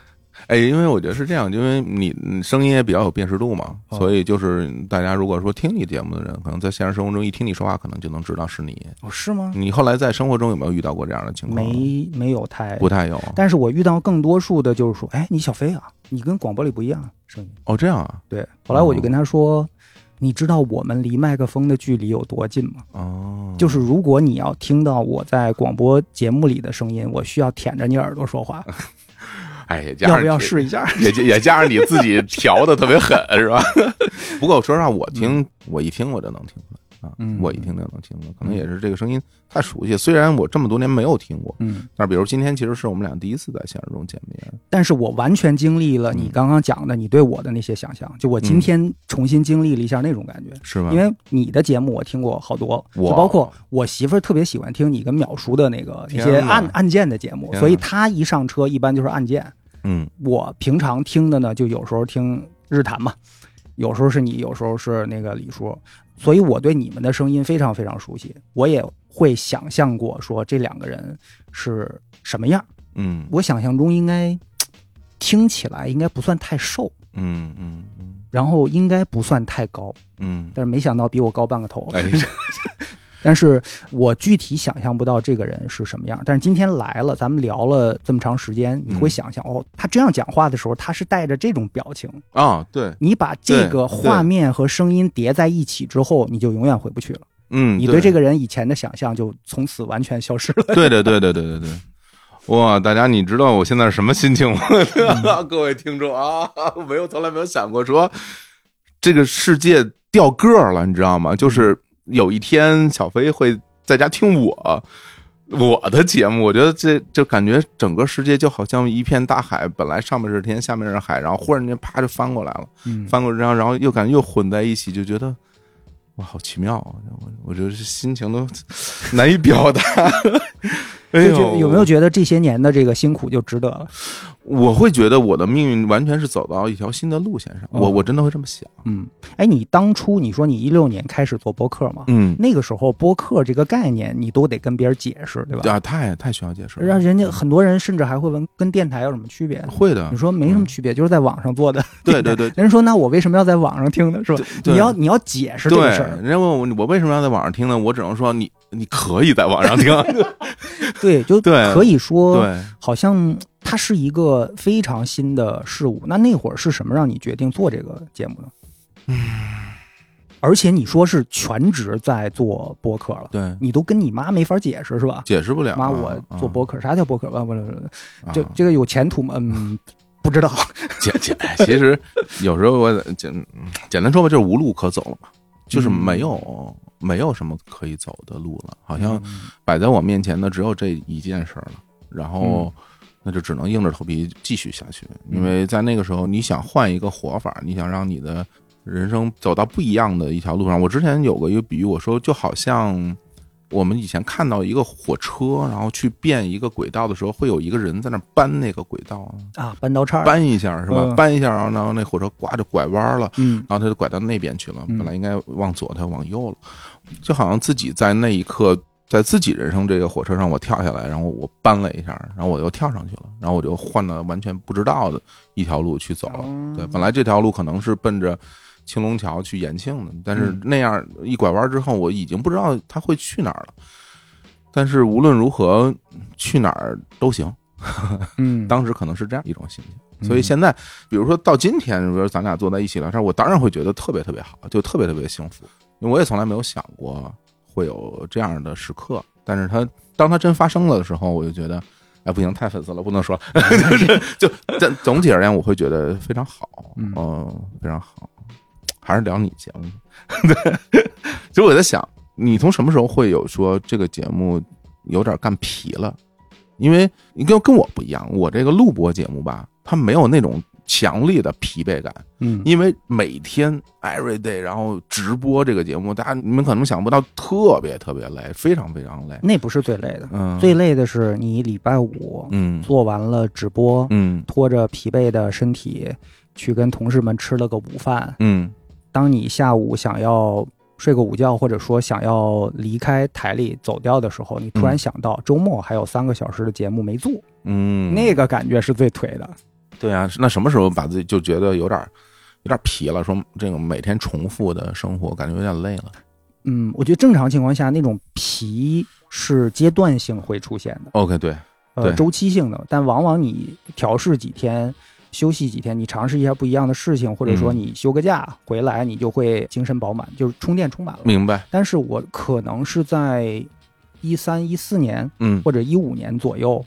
哎，因为我觉得是这样，因为你你声音也比较有辨识度嘛，哦所以就是大家如果说听你节目的人，可能在现实生活中一听你说话，可能就能知道是你。哦，是吗？你后来在生活中有没有遇到过这样的情况？，嗯没没有太，不太有。但是我遇到更多数的就是说，哎，你小飞啊，你跟广播里不一样声音。哦，这样啊，对，后来我就跟他说：“你知道我们离麦克风的距离有多近吗？哦，就是如果你要听到我在广播节目里的声音，我需要舔着你耳朵说 话，哎，也加上要不要你试一 下？也也加上你自己调的特别狠，是吧？ 不过说实话，我听、我一听我就能听出来啊，嗯我一听就能听出来，可能也是这个声音太熟悉。虽然我这么多年没有听过，嗯，但是比如今天其实是我们俩第一次在现实中见面，但是我完全经历了你刚刚讲的你对我的那些想象，就我今天重新经历了一下那种感觉。是吧？因为你的节目我听过好多，就嗯哇包括我媳妇儿特别喜欢听你跟淼叔的那个那些天哪案案件的节目，天所以哪她一上车一般就是案件，嗯我平常听的呢，就有时候听日坛嘛，有时候是你，有时候是那个李叔，所以我对你们的声音非常非常熟悉。我也会想象过说这两个人是什么样。嗯我想象中应该嘖听起来应该不算太瘦，嗯嗯嗯然后应该不算太高，嗯，但是没想到比我高半个头。哎，但是我具体想象不到这个人是什么样。但是今天来了，咱们聊了这么长时间，你会嗯想象、哦，他这样讲话的时候，他是带着这种表情。啊，对，你把这对个对画面和声音叠在一起之后，你就永远回不去了。嗯，你对这个个，人以前的想象就从此完全消失了。对对对对对对对。哇，大家你知道我现在是什么心 情吗？ 各位听众啊，没有从来没有想过说这个世界掉个儿了，你知道吗？就是有一天小飞会在家听我我的节目，我觉得这就感觉整个世界就好像一片大海，本来上面是天，下面是海，然后忽然间啪就翻过来了，嗯，翻过来，然后然后又感觉又混在一起，就觉得哇，好奇妙啊！我我觉得这心情都难以表达。 哎就就呦，有没有？觉得这些年的这个辛苦就值得了？我会觉得我的命运完全是走到一条新的路线上，哦我我真的会这么想。嗯，哎，你当初你说你一六年开始做播客嘛，嗯，那个时候播客这个概念你都得跟别人解释，对吧？啊，太太需要解释让了，人家很多人甚至还会问跟电台有什么区别？会啊的你，说没什么区别，就是在网上做的。对对对。人说那我为什么要在网上听呢？是吧？对你要你要解释这对，个事儿，人家问我我为什么要在网上听呢？我只能说你你可以在网 上听，对，就对可以说，对，好像它是一个非常新的事物。那那会儿是什么让你决定做这个节目呢？嗯，而且你说是全职在做播客了，对，你都跟你妈没法解释是吧？解释不了啊。妈，我做播客，客，啥叫播客？不不不，啊这这个有前途吗？嗯， 不知道。简简，哎其实有时候我简简单说吧，就是无路可走了嘛，就是没有没有什么可以走的路了，好像摆在我面前的只有这一件事儿了，然后。那就只能硬着头皮继续下去，因为在那个时候，你想换一个活法，你想让你的人生走到不一样的一条路上。我之前有过一个比喻，我说就好像我们以前看到一个火车，然后去变一个轨道的时候，会有一个人在那搬那个轨道，啊，搬刀叉儿，搬一下是吧嗯？搬一下，然后然后那火车呱就拐弯了，嗯然后他就拐到那边去了。嗯本来应该往左，他往右了，就好像自己在那一刻，在自己人生这个火车上，我跳下来，然后我搬了一下，然后我又跳上去了，然后我就换了完全不知道的一条路去走了。哦对，本来这条路可能是奔着。青龙桥去延庆的，但嗯是那样一拐弯之后，我已经不知道他会去哪儿了。但是无论如何，去哪儿都行，嗯， 当时可能是这样一种心嗯情。所以现在，比如说到今天，比如说咱俩坐在一起聊天，我当然会觉得特别特别好，就特别特别幸福，因为我也从来没有想过会有这样的时刻。但是它当它真发生了的时候，我就觉得，哎，不行，太 粉丝了，不能说，就是就但 总体而言，我会觉得非常好，嗯嗯、非常好。还是聊你节目， 对。其实我在想，你从什么时候会有说这个节目有点干皮了？因为你跟跟我不一样，我这个录播节目吧，它没有那种强烈的疲惫感，嗯因为每天 every day，然后直播这个节目，大家你们可能想不到，特别特别累，非常非常累。那不是最累的，嗯，最累的是你礼拜五嗯做完了直播，嗯拖着疲惫的身体去跟同事们吃了个午饭。嗯当你下午想要睡个午觉，或者说想要离开台里走掉的时候，你突然嗯想到周末还有三个小时的节目没做，嗯，那个感觉是最颓的。对啊，那什么时候把自己就觉得有点有点疲了？说这个每天重复的生活，感觉有点累了。嗯，我觉得正常情况下那种疲是阶段性会出现的， OK，对，呃，对周期性的，但往往你调试几天。休息几天，你尝试一下不一样的事情，或者说嗯你休个假、回来，你就会精神饱满，就是充电充满了。明白。但是我可能是在一三一四年嗯，或者一五年左右，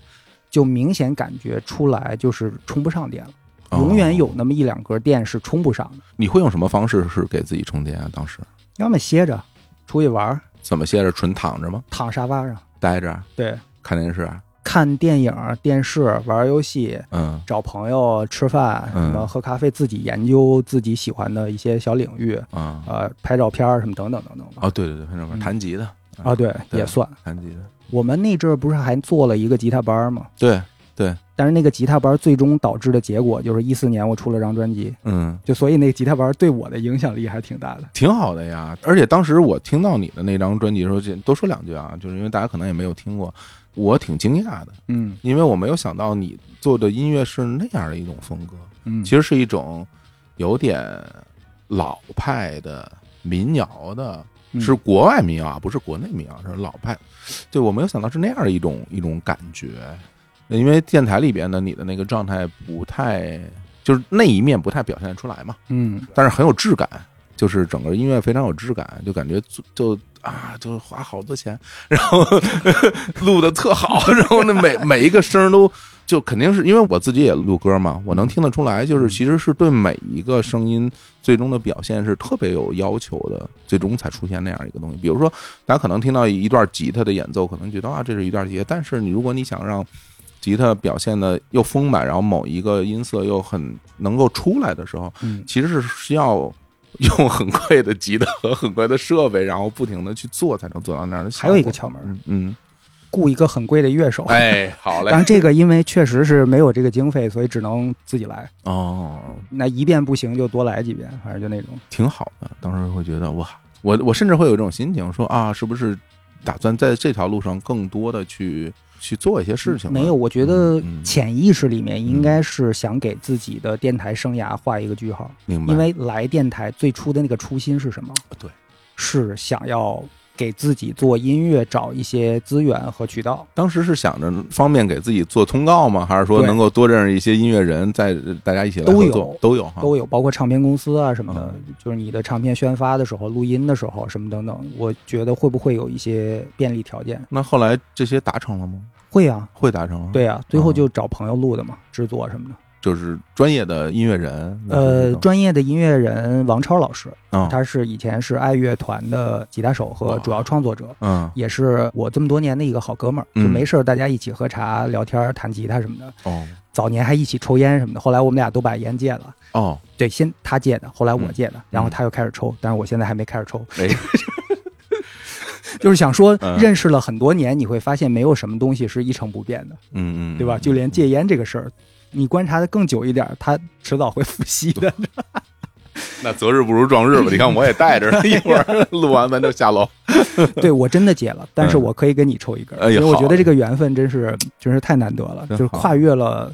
就明显感觉出来就是充不上电了，永远哦有那么一两格电是充不上的，你会用什么方式是给自己充电啊？当时要么歇着，出去玩儿，怎么歇着？纯躺着吗？躺沙发上，待着啊对，看电视啊？看电影、电视、玩游戏。嗯找朋友吃饭，嗯什么喝咖啡，自己研究自己喜欢的一些小领域，啊呃，拍照片儿什么等等等等吧。哦，对对对，反正嗯弹吉的啊，对，对也算。弹吉的，我们那阵儿不是还做了一个吉他班儿吗？对，但是那个吉他班最终导致的结果就是一四年我出了张专辑，嗯，就所以那个吉他班对我的影响力还挺大的。挺好的呀。而且当时我听到你的那张专辑的时候，这多说两句啊，就是因为大家可能也没有听过，我挺惊讶的，嗯因为我没有想到你做的音乐是那样的一种风格，嗯其实是一种有点老派的民谣的。实是国外民谣啊，不是国内民谣，是老派。对我没有想到是那样的一种一种感觉，因为电台里边的你的那个状态不太，就是那一面不太表现出来嘛，嗯但是很有质感，就是整个音乐非常有质感，就感觉做就啊，就是花好多钱， 然后录的特好， 然后那每每一个声儿都就肯定是因为我自己也录歌嘛，我能听得出来，就是其实是对每一个声音最终的表现是特别有要求的，最终才出现那样一个东西。比如说，大家可能听到一段吉他的演奏，可能觉得啊这是一段吉他，但是你如果你想让吉他表现的又丰满，然后某一个音色又很能够出来的时候，嗯其实是需要用很贵的吉他和很贵的设备，然后不停的去做，才能做到那样的效果。还有一个窍门儿，嗯嗯，雇一个很贵的乐手。哎，好嘞当，然，这个因为确实是没有这个经费，所以只能自己来。哦，那一遍不行就多来几遍，反正就那种。挺好的。当时会觉得哇，我我甚至会有一种心情，说啊，是不是打算在这条路上更多的去去做一些事情？啊没有，，我觉得嗯嗯嗯潜意识里面应该是想给自己的电台生涯画一个句号，明白？因为来电台最初的那个初心是什么？对，是想要给自己做音乐找一些资源和渠道。当时是想着方便给自己做通告吗？还是说对能够多认识一些音乐人，在呃大家一起来都合有作？都有哈，都有，包括唱片公司啊什么的嗯，就是你的唱片宣发的时候、录音的时候什么等等，我觉得会不会有一些便利条件？那后来这些达成了吗？会啊，会达成啊？，对啊，最后就找朋友录的嘛，制作什么的。就是专业的音乐人，呃，那种专业的音乐人王超老师，嗯他是以前是爱乐团的吉他手啊和主要创作者，嗯也是我这么多年的一个好哥们儿。就嗯没事儿大家一起喝茶、聊天儿、弹吉他什么的。哦早年还一起抽烟什么的，后来我们俩都把烟戒了。哦，对，先他戒的，后来我嗯戒的，然后他又开始抽，但是我现在还 没开始抽。哎，就是想说，嗯认识了很多年，你会发现没有什么东西是一成不变的，嗯嗯，对吧？就连戒烟这个事儿，你观察的更久一点儿，它迟早会复吸的。那择日不如撞日吧，你看我也 带着呢，一会儿录完咱就下楼。 对我真的戒了，但是嗯我可以跟你抽一根儿，哎呀因为我觉好得这个缘分真是真是太难得了，真就是好跨越了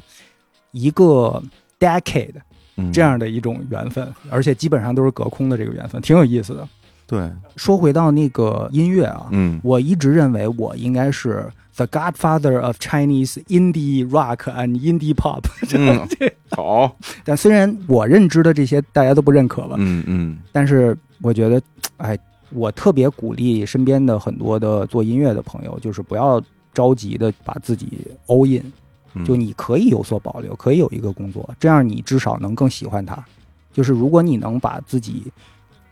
一个 decade 嗯这样的一种缘分，而且基本上都是隔空的这个缘分，挺有意思的。对，说回到那个音乐啊，嗯我一直认为我应该是 the godfather of Chinese indie rock and indie pop。嗯， 好，但虽然我认知的这些大家都不认可了，嗯嗯但是我觉得，哎，我特别鼓励身边的很多的做音乐的朋友，就是不要着急的把自己 all in，嗯，就你可以有所保留，可以有一个工作，这样你至少能更喜欢它。就是如果你能把自己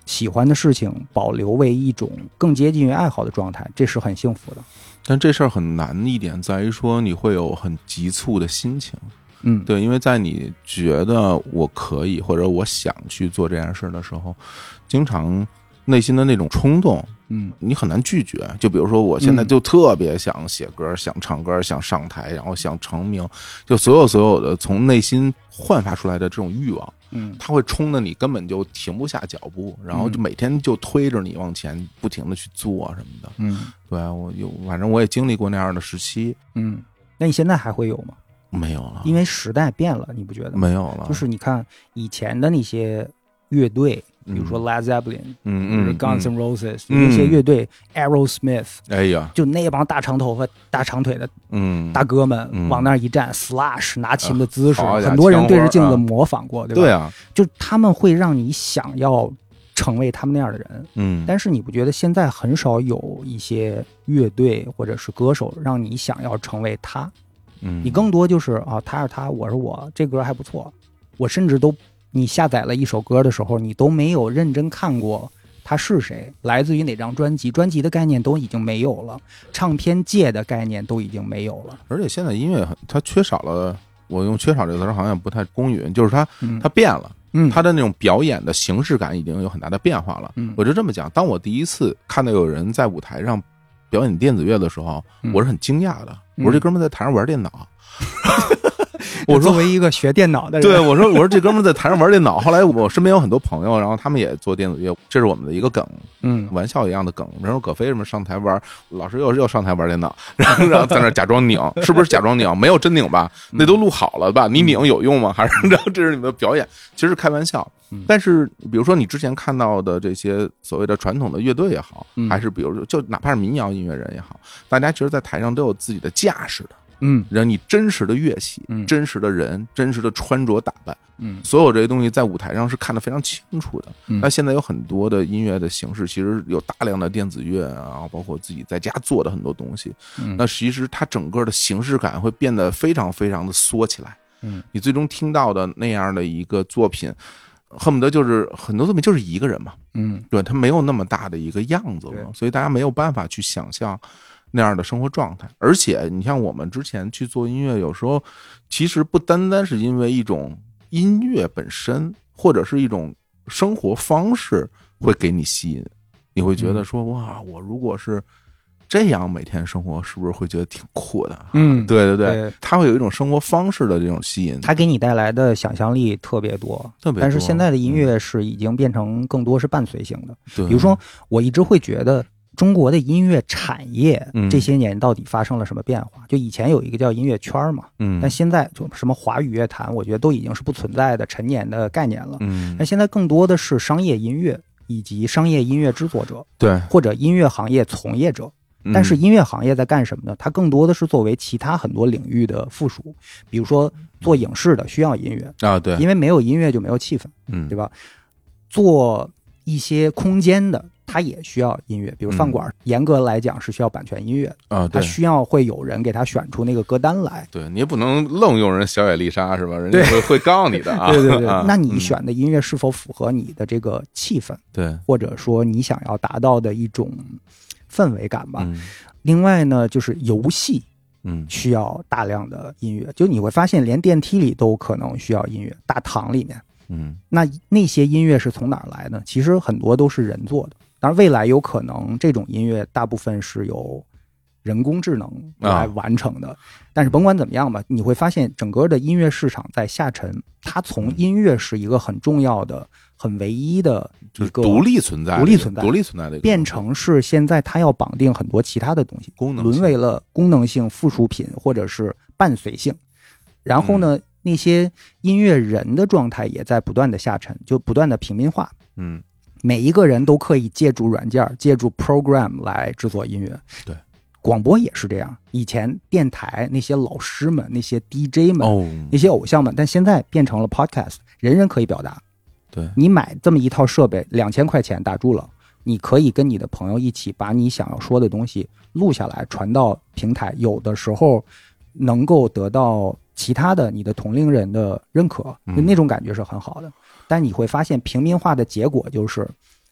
喜欢的事情保留为一种更接近于爱好的状态，这是很幸福的。但这事儿很难一点在于说你会有很急促的心情。嗯，对，因为在你觉得我可以或者我想去做这件事的时候，经常内心的那种冲动，嗯，你很难拒绝。就比如说，我现在嗯就特别想写歌，想唱歌，想上台，然后想成名，就所有所有的从内心焕发出来的这种欲望，嗯它会冲的你根本就停不下脚步，然后就嗯每天就推着你往前，不停的去做什么的。嗯对啊我有，反正我也经历过那样的时期，嗯，那你现在还会有吗？没有了，因为时代变了，你不觉得吗？没有了，就是你看以前的那些乐队，比嗯如说 Led Zeppelin，嗯嗯，Guns 嗯 N' Roses，、嗯那些乐队 Aerosmith，哎呀，就那帮大长头发、大长腿的嗯，大哥们、嗯啊往那儿一站，slash 拿琴的姿势，好家伙很多人对着镜枪花子啊模仿过，对吧？对啊，就他们会让你想要成为他们那样的人，嗯，但是你不觉得现在很少有一些乐队或者是歌手让你想要成为他？你你更多就是啊，他是他，我是我，这歌还不错。我甚至都，你下载了一首歌的时候，你都没有认真看过他是谁，来自于哪张专辑，专辑的概念都已经没有了，唱片界的概念都已经没有了。而且现在音乐很它缺少了，我用“缺少”这个词儿好像也不太公允，就是它嗯它变了，嗯它的那种表演的形式感已经有很大的变化了。嗯我就这么讲，当我第一次看到有人在舞台上表演电子乐的时候，嗯我是很惊讶的，嗯我说这哥们儿在台上玩电脑，啊我说作为一个学电脑的人，对，我说我说这哥们儿在台上玩电脑。后来我身边有很多朋友，然后他们也做电子乐，这是我们的一个梗，嗯玩笑一样的梗。然后葛飞什么上台玩，老师又又上台玩电脑， 然后然后在那儿 假装拧，是不是假装拧？没有真拧吧？嗯那都录好了吧？你拧有用吗？ 还是然后这是你们的表演？其实是开玩笑嗯。但是比如说你之前看到的这些所谓的传统的乐队也好，嗯还是比如说就哪怕是民谣音乐人也好，大家其实，在台上都有自己的架势的。嗯让你真实的乐器、嗯真实的人、真实的穿着打扮，嗯所有这些东西在舞台上是看得非常清楚的。嗯那现在有很多的音乐的形式，其实有大量的电子乐啊，包括自己在家做的很多东西。嗯那其实它整个的形式感会变得非常非常的缩起来。嗯，你最终听到的那样的一个作品，恨不得就是很多作品就是一个人嘛，嗯对，它没有那么大的一个样子对了，所以大家没有办法去想象那样的生活状态。而且，你像我们之前去做音乐，有时候其实不单单是因为一种音乐本身，或者是一种生活方式会给你吸引，你会觉嗯得说、哇，我如果是这样每天生活，是不是会觉得挺酷的？ 嗯，对对对，对，它会有一种生活方式的这种吸引，它给你带来的想象力特别多。特别多。嗯但是现在的音乐是已经变成更多是伴随性的，对，比如说我一直会觉得中国的音乐产业嗯这些年到底发生了什么变化？就以前有一个叫音乐圈嘛，嗯，但现在就什么华语乐坛，我觉得都已经是不存在的陈年的概念了。嗯但，现在更多的是商业音乐以及商业音乐制作者对，或者音乐行业从业者。但是嗯音乐行业在干什么呢？它更多的是作为其他很多领域的附属，比如说做影视的需要音乐，啊，对，因为没有音乐就没有气氛，嗯对吧？做一些空间的，它也需要音乐，比如饭馆，严格来讲是需要版权音乐，啊，它对。需要会有人给它选出那个歌单来。对你也不能愣用人小野丽莎是吧？人家会会告你的 啊。对对对啊，那嗯你选的音乐是否符合你的这个气氛，对，或者说你想要达到的一种氛围感吧？嗯另外呢，就是游戏，嗯需要大量的音乐，就你会发现连电梯里都可能需要音乐，大堂里面。嗯那那些音乐是从哪儿来呢？其实很多都是人做的，当然未来有可能这种音乐大部分是由人工智能啊来完成的。但是甭管怎么样吧，你会发现整个的音乐市场在下沉，它嗯从音乐是一个很重要的、很唯一的就一是个独立存在的一个，独立存在独立存在的一个变成是现在它要绑定很多其他的东西，功能性沦为了功能性附属品或者是伴随性。然后嗯呢，那些音乐人的状态也在不断的下沉，就不断的平民化。嗯，每一个人都可以借助软件儿、借助 program 来制作音乐。对，广播也是这样。以前电台那些老师们、那些 DJ 们、哦，那些偶像们，但现在变成了 podcast，人人可以表达。对，你买这么一套设备，两千块钱打住了，你可以跟你的朋友一起把你想要说的东西录下来，传到平台，有的时候能够得到其他的你的同龄人的认可，嗯就那种感觉是很好的。但你会发现，平民化的结果就是，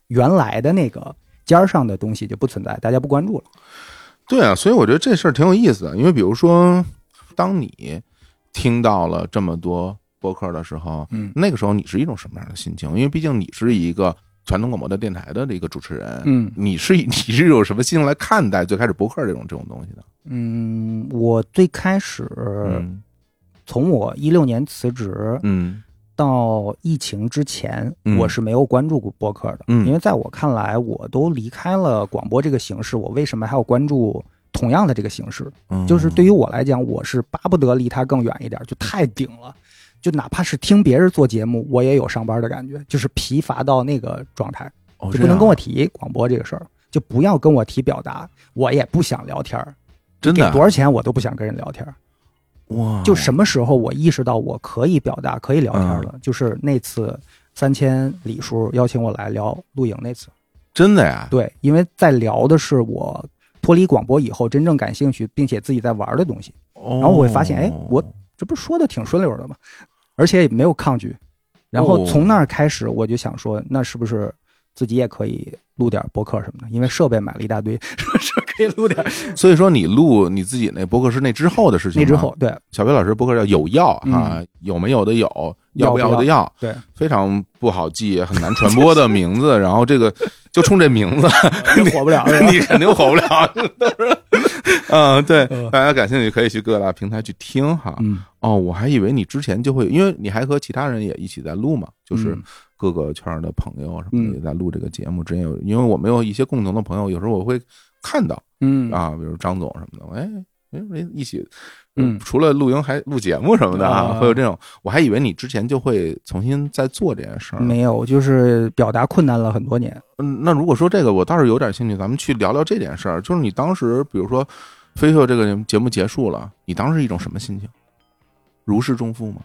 原来的那个尖儿上的东西就不存在，大家不关注了。对啊，所以我觉得这事儿挺有意思的，因为比如说，当你听到了这么多播客的时候，嗯那个时候你是一种什么样的心情？因为毕竟你是一个传统广播的电台的这个主持人，嗯你是以你是有什么心情来看待最开始播客这种这种东西的？嗯，我最开始嗯从我一六年辞职，嗯到疫情之前，嗯我是没有关注过播客的，嗯因为在我看来，我都离开了广播这个形式，我为什么还要关注同样的这个形式？嗯，就是对于我来讲，我是巴不得离它更远一点，就太顶了。就哪怕是听别人做节目，我也有上班的感觉，就是疲乏到那个状态，哦就这不样能跟我提广播这个事儿，就不要跟我提表达，我也不想聊天儿，真给的多少钱我都不想跟人聊天儿。哇，就什么时候我意识到我可以表达、可以聊天嗯了，就是那次三千李叔邀请我来聊露营那次。真的呀？对，因为在聊的是我脱离广播以后真正感兴趣，并且自己在玩的东西，然然后我会发哦现哎我这不是说的挺顺溜的吗？而且也没有抗拒。然哦后从那儿开始，我就想说，那是不是自己也可以录点播客什么的？因为设备买了一大堆，是不是可以录点？所以说你录你自己那博客是那之后的事情吗。那之后，对小飞老师博客叫有药啊，有没有的有，要不不要的要， 对，非常不好记，很难传播的名字。 然后这个就冲这名字，火不了。是吧 你肯定火不了。 都是嗯，对，嗯大家感兴趣可以去各大平台去听哈。嗯，哦，我还以为你之前就会，因为你还和其他人也一起在录嘛，就是嗯各个圈儿的朋友什么的嗯也在录这个节目。之前有，因为我们有一些共同的朋友，有时候我会看到嗯啊，比如张总什么的，哎。哎，一起，嗯除了露营还录节目什么的啊，啊会有这种。我还以为你之前就会重新再做这件事儿。没有，就是表达困难了很多年。嗯，那如果说这个，我倒是有点兴趣，咱们去聊聊这件事儿。就是你当时，比如说飞秀这个节目结束了，你当时是一种什么心情？如释重负吗？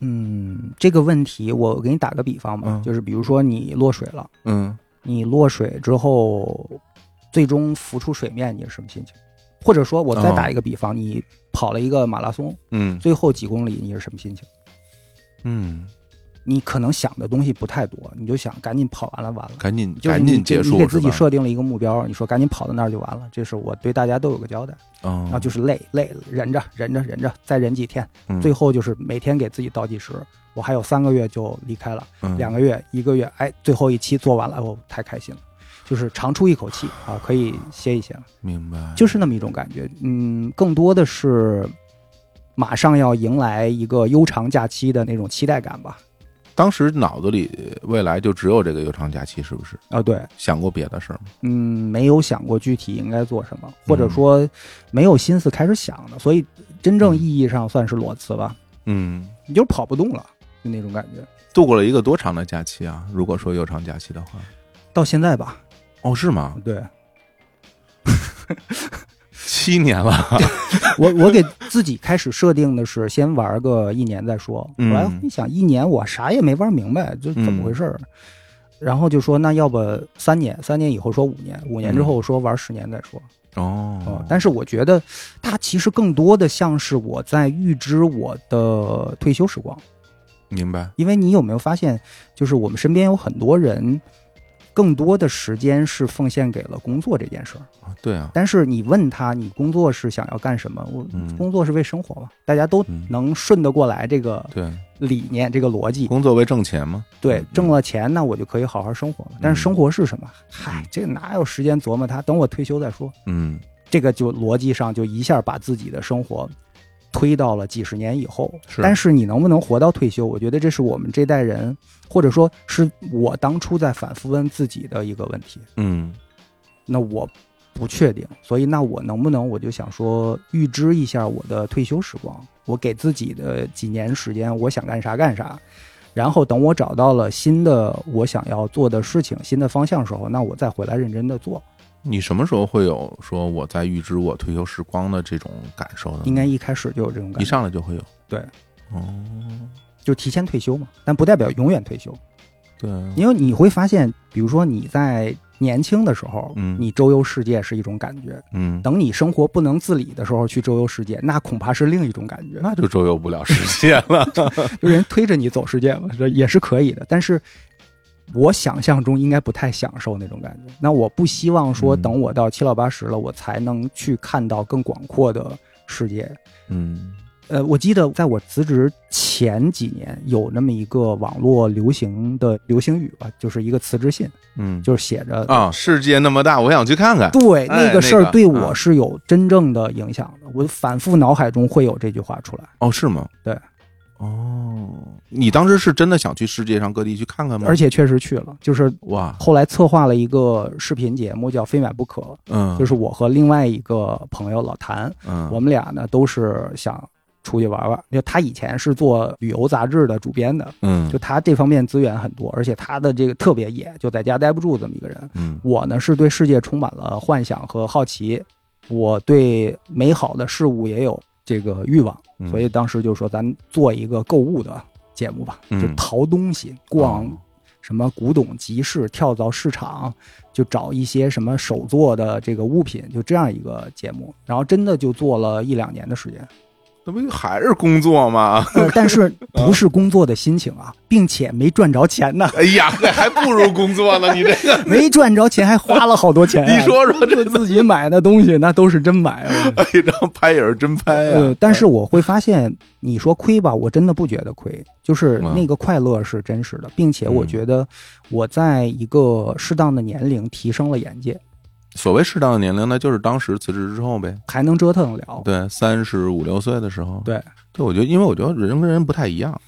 嗯，这个问题我给你打个比方吧，嗯就是比如说你落水了，嗯，你落水之后，最终浮出水面，你是什么心情？或者说，我再哦打一个比方，你跑了一个马拉松，嗯最后几公里你是什么心情？嗯，你可能想的东西不太多，你就想赶紧跑完了，完了。赶紧就是嗯赶你紧结就束你给自己是吧？设定了一个目标，你说赶紧跑到那儿就完了，这是我对大家都有个交代。啊然后就是累累了，忍着忍着忍着，再忍几天，嗯最后就是每天给自己倒计时，我还有三个月就离开了，两个个月一个月，哎，最后一期做完了，我哦太开心了，就是长出一口气啊，可以歇一歇了，明白，就是那么一种感觉。嗯，更多的是马上要迎来一个悠长假期的那种期待感吧。当时脑子里未来就只有这个悠长假期，是不是？啊，对，想过别的事儿吗？嗯，没有想过具体应该做什么，或者说没有心思开始想的，所以真正意义上算是裸辞吧，嗯，你就跑不动了，就那种感觉。度过了一个多长的假期啊？如果说悠长假期的话，到现在吧，哦，是吗？对 七年了， 我我给自己开始设定的是先玩个一年再说，后嗯来一想一年我啥也没玩明白，这怎么回事儿？然后就说那要不三年，三年以后说五年，五年之后说玩十年再说。哦哦，，但是我觉得它其实更多的像是我在预知我的退休时光。明白，因为你有没有发现，就是我们身边有很多人，更多的时间是奉献给了工作这件事儿。啊对啊，但是你问他，你工作是想要干什么？我嗯工作是为生活嘛，大家都嗯能顺得过来这个对，理念、这个逻辑。工作为挣钱嘛，对嗯，挣了钱，那我就可以好好生活了。但是生活是什么？嗨嗯，这哪有时间琢磨它？等我退休再说。嗯，这个就逻辑上就一下把自己的生活推到了几十年以后。是但是你能不能活到退休，我觉得这是我们这代人，或者说是我当初在反复问自己的一个问题。嗯，那我不确定，所以那我能不能我就想说预知一下我的退休时光，我给自己的几年时间，我想干啥干啥。然后等我找到了新的我想要做的事情、新的方向的时候，那我再回来认真的做。你什么时候会有说我在预知我退休时光的这种感受呢？应该一开始就有这种感一觉，上来就会有，对，哦，就提前退休嘛，但不代表永远退休。对，啊因为你会发现，比如说你在年轻的时候，嗯你周游世界是一种感觉；嗯，等你生活不能自理的时候去周游世界，那恐怕是另一种感觉。那就周游不了世界了，就人推着你走世界嘛，这也是可以的。但是我想象中应该不太享受那种感觉。那我不希望说，嗯等我到七老八十了，我才能去看到更广阔的世界。嗯呃，我记得在我辞职前几年，有那么一个网络流行的流行语吧，就是一个辞职信，嗯，就是写着啊，世界那么大，我想去看看，对，哎那个事那儿个对嗯我是有真正的影响的，我反复脑海中会有这句话出来，哦，是吗？对，哦，你当时是真的想去世界上各地去看看吗？而且确实去了，就是哇，后来策划了一个视频节目叫《非买不可》，嗯，就是我和另外一个朋友老谭，嗯，我们俩呢都是想出去玩玩，因为他以前是做旅游杂志的主编的，嗯就他这方面资源很多，而且他的这个特别野，就在家待不住这么一个人。嗯我呢是对世界充满了幻想和好奇，我对美好的事物也有这个欲望，嗯所以当时就说咱做一个购物的节目吧，嗯就淘东西，逛哦什么古董集市、跳蚤市场，就找一些什么手做的这个物品，就这样一个节目。然后真的就做了一两年的 时间，那不还是工作吗？呃但是不是工作的心情啊，并且没赚着钱 呢，哎呀，这还不如工作呢！你这个， 没赚着钱还花了好多钱、啊你说说这，这自己买的东西，那都是真买啊。 哎，这拍也是真拍啊呀、呃，但是我会发现，你说亏吧，我真的不觉得亏，就是嗯那个快乐是真实的，并且我觉得我在一个适当的年龄提升了眼界，所谓适当的年龄，那就是当时辞职之后呗。还能折腾得了。对，三十五六岁的时候，对，对，我觉得，因为我觉得人跟人不太一样。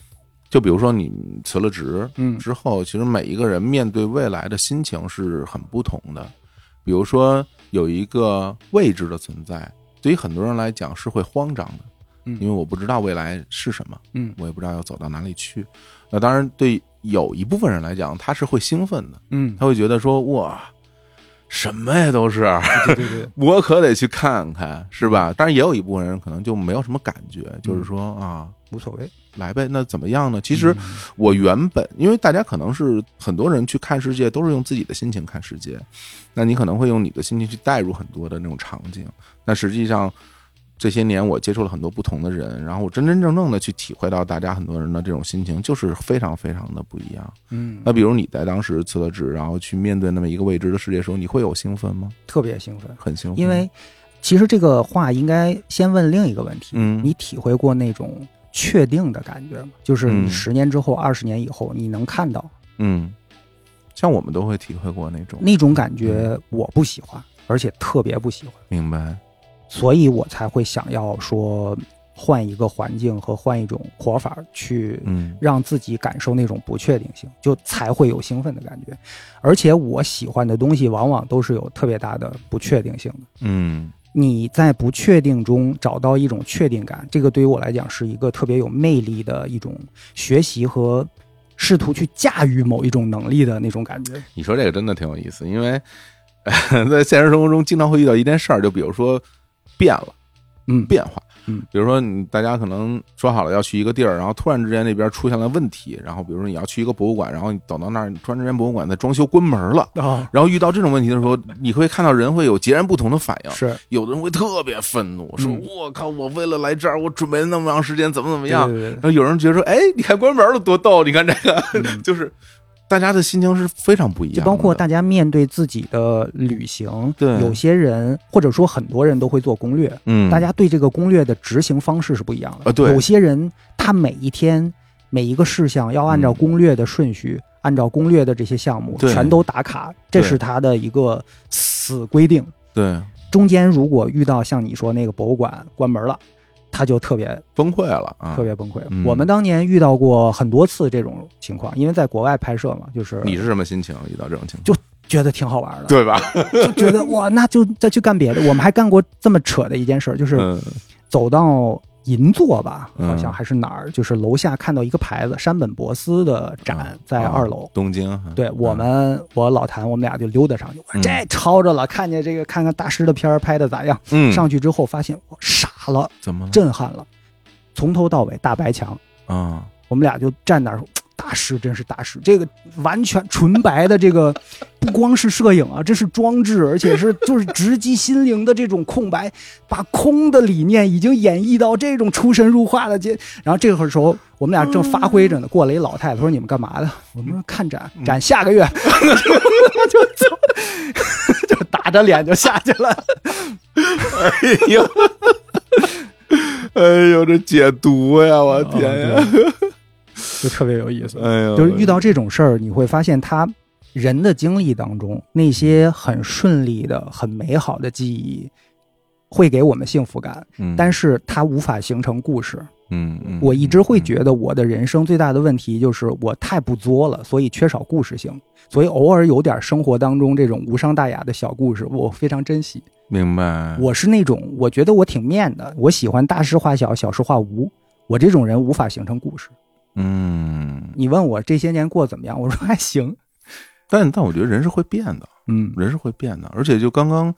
就比如说你辞了职嗯之后，其实每一个人面对未来的心情是很不同的。比如说有一个未知的存在，对于很多人来讲是会慌张的，嗯因为我不知道未来是什么，嗯我也不知道要走到哪里去。那当然，对有一部分人来讲，他是会兴奋的，嗯他会觉得说哇，什么呀都是，对对对，我可得去看看，是嗯吧？当然也有一部分人可能就没有什么感觉，就是说啊， 无所谓。来呗，那怎么样呢？其嗯实我原本，因为大家可能是很多人去看世界，都是用自己的心情看世界，那你可能会用你的心情去带入很多的那种场景。那实际上这些年我接触了很多不同的人，然后我真真正正的去体会到大家很多人的这种心情，就是非常非常的不一样。嗯，那比如你在当时辞了职，然后去面对那么一个未知的世界的时候，你会有兴奋吗？特别兴奋，很兴奋，因为其实这个话应该先问另一个问题，嗯，你体会过那种确定的感觉吗？就是嗯你十年之后、二十年以后，你能看到嗯，像我们都会体会过那种，那种感觉，嗯我不喜欢，而且特别不喜欢，明白，所以我才会想要说换一个环境和换一种活法儿去嗯让自己感受那种不确定性，就才会有兴奋的感觉。而且我喜欢的东西往往都是有特别大的不确定性的。嗯。你在不确定中找到一种确定感，这个对于我来讲是一个特别有魅力的一种学习和试图去驾驭某一种能力的那种感觉。你说这个真的挺有意思，因为、 呃在现实生活中经常会遇到一件事儿，就比如说变了嗯，变化，嗯，比如说你大家可能说好了要去一个地儿，然后突然之间那边出现了问题，然后比如说你要去一个博物馆，然后你等到那儿，突然之间博物馆在装修关门了。啊、然后遇到这种问题的时候，你会看到人会有截然不同的反应。是有的人会特别愤怒，说：“嗯我靠，我为了来这儿，我准备了那么长时间，怎么怎么对样？”对对然后有人觉得说：“哎，你看关门了多逗！你看这个， 对嗯就是大家的心情是非常不一样就的。”包括大家面对自己的旅行，对有些人或者说很多人都会做攻略，嗯，大家对这个攻略的执行方式是不一样的。啊对有些人他每一天每一个事项要按照嗯攻略的顺序，按照攻略的这些项目对全都打卡，这对是他的一个死规定。对中间如果遇到像你说那个博物馆关门了，他就特别崩溃了啊！特别崩溃。嗯我们当年遇到过很多次这种情况，因为在国外拍摄嘛，就是你是什么心情遇到这种情况？就觉得挺好玩的，对吧？就觉得哇，那就再去干别的。我们还干过这么扯的一件事儿，就是嗯走到银座吧，嗯好像还是哪儿，就是楼下看到一个牌子，山本博司的哦展在二楼。东京啊哈，对我们，我老谭，我们俩就溜达上去，我说嗯这抄着了，看见这个，看看大师的片儿拍的咋样。嗯上去之后发现我傻了，怎么了？震撼了，从头到尾大白墙，啊，我们俩就站那儿说。嘖大师真是大师，这个完全纯白的这个，不光是摄影啊，这是装置，而且是就是直击心灵的这种空白，把空的理念已经演绎到这种出神入化的阶。然后这会儿时候，我们俩正发挥着呢，过来一老太太说：“你们干嘛的？”我们说：“看展，展下个月。”就就 就打着脸就下去了。哎呦， 哎呦，这解毒呀！我天呀！哦嗯就特别有意思。哎呦，就是遇到这种事儿，你会发现他人的经历当中，那些很顺利的、很美好的记忆，会给我们幸福感，嗯，但是是它无法形成故事。嗯嗯，我一直会得觉得我的人生最大的问题就是我太不作了，所以缺少故事性。所以偶尔有点生活当中这种无伤大雅的小故事，我非常珍惜。明白。我是那种我觉得我挺面的，我喜欢大事化小，小事化无。我这种人无法形成故事。嗯，你问我这些年过得怎么样，我说还行。但但我觉得人是会变的，嗯，人是会变的，而且就刚刚。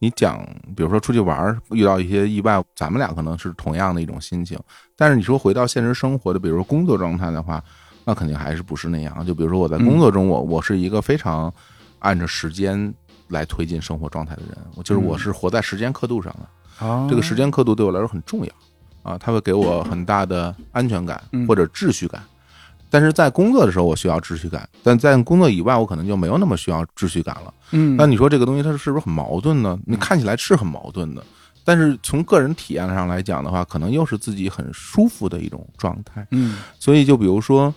你讲，比如说出去玩儿遇到一些意外，咱们俩可能是同样的一种心情，但是你说回到现实生活的，比如说工作状态的话，那肯定还是不是那样。就比如说我在工作中，我我是一个非常按照时间来推进生活状态的人，我就是嗯我是活在时间刻度上的。啊这个时间刻度对我来说很重要啊，它会给我很大的安全感嗯或者秩序感。但是在工作的时候，我需要秩序感，但在工作以外，我可能就没有那么需要秩序感了。嗯，那你说这个东西它是不是很矛盾呢？你看起来是很矛盾的，但是从个人体验上来讲的话，可能又是自己很舒服的一种状态。嗯所以就比如说，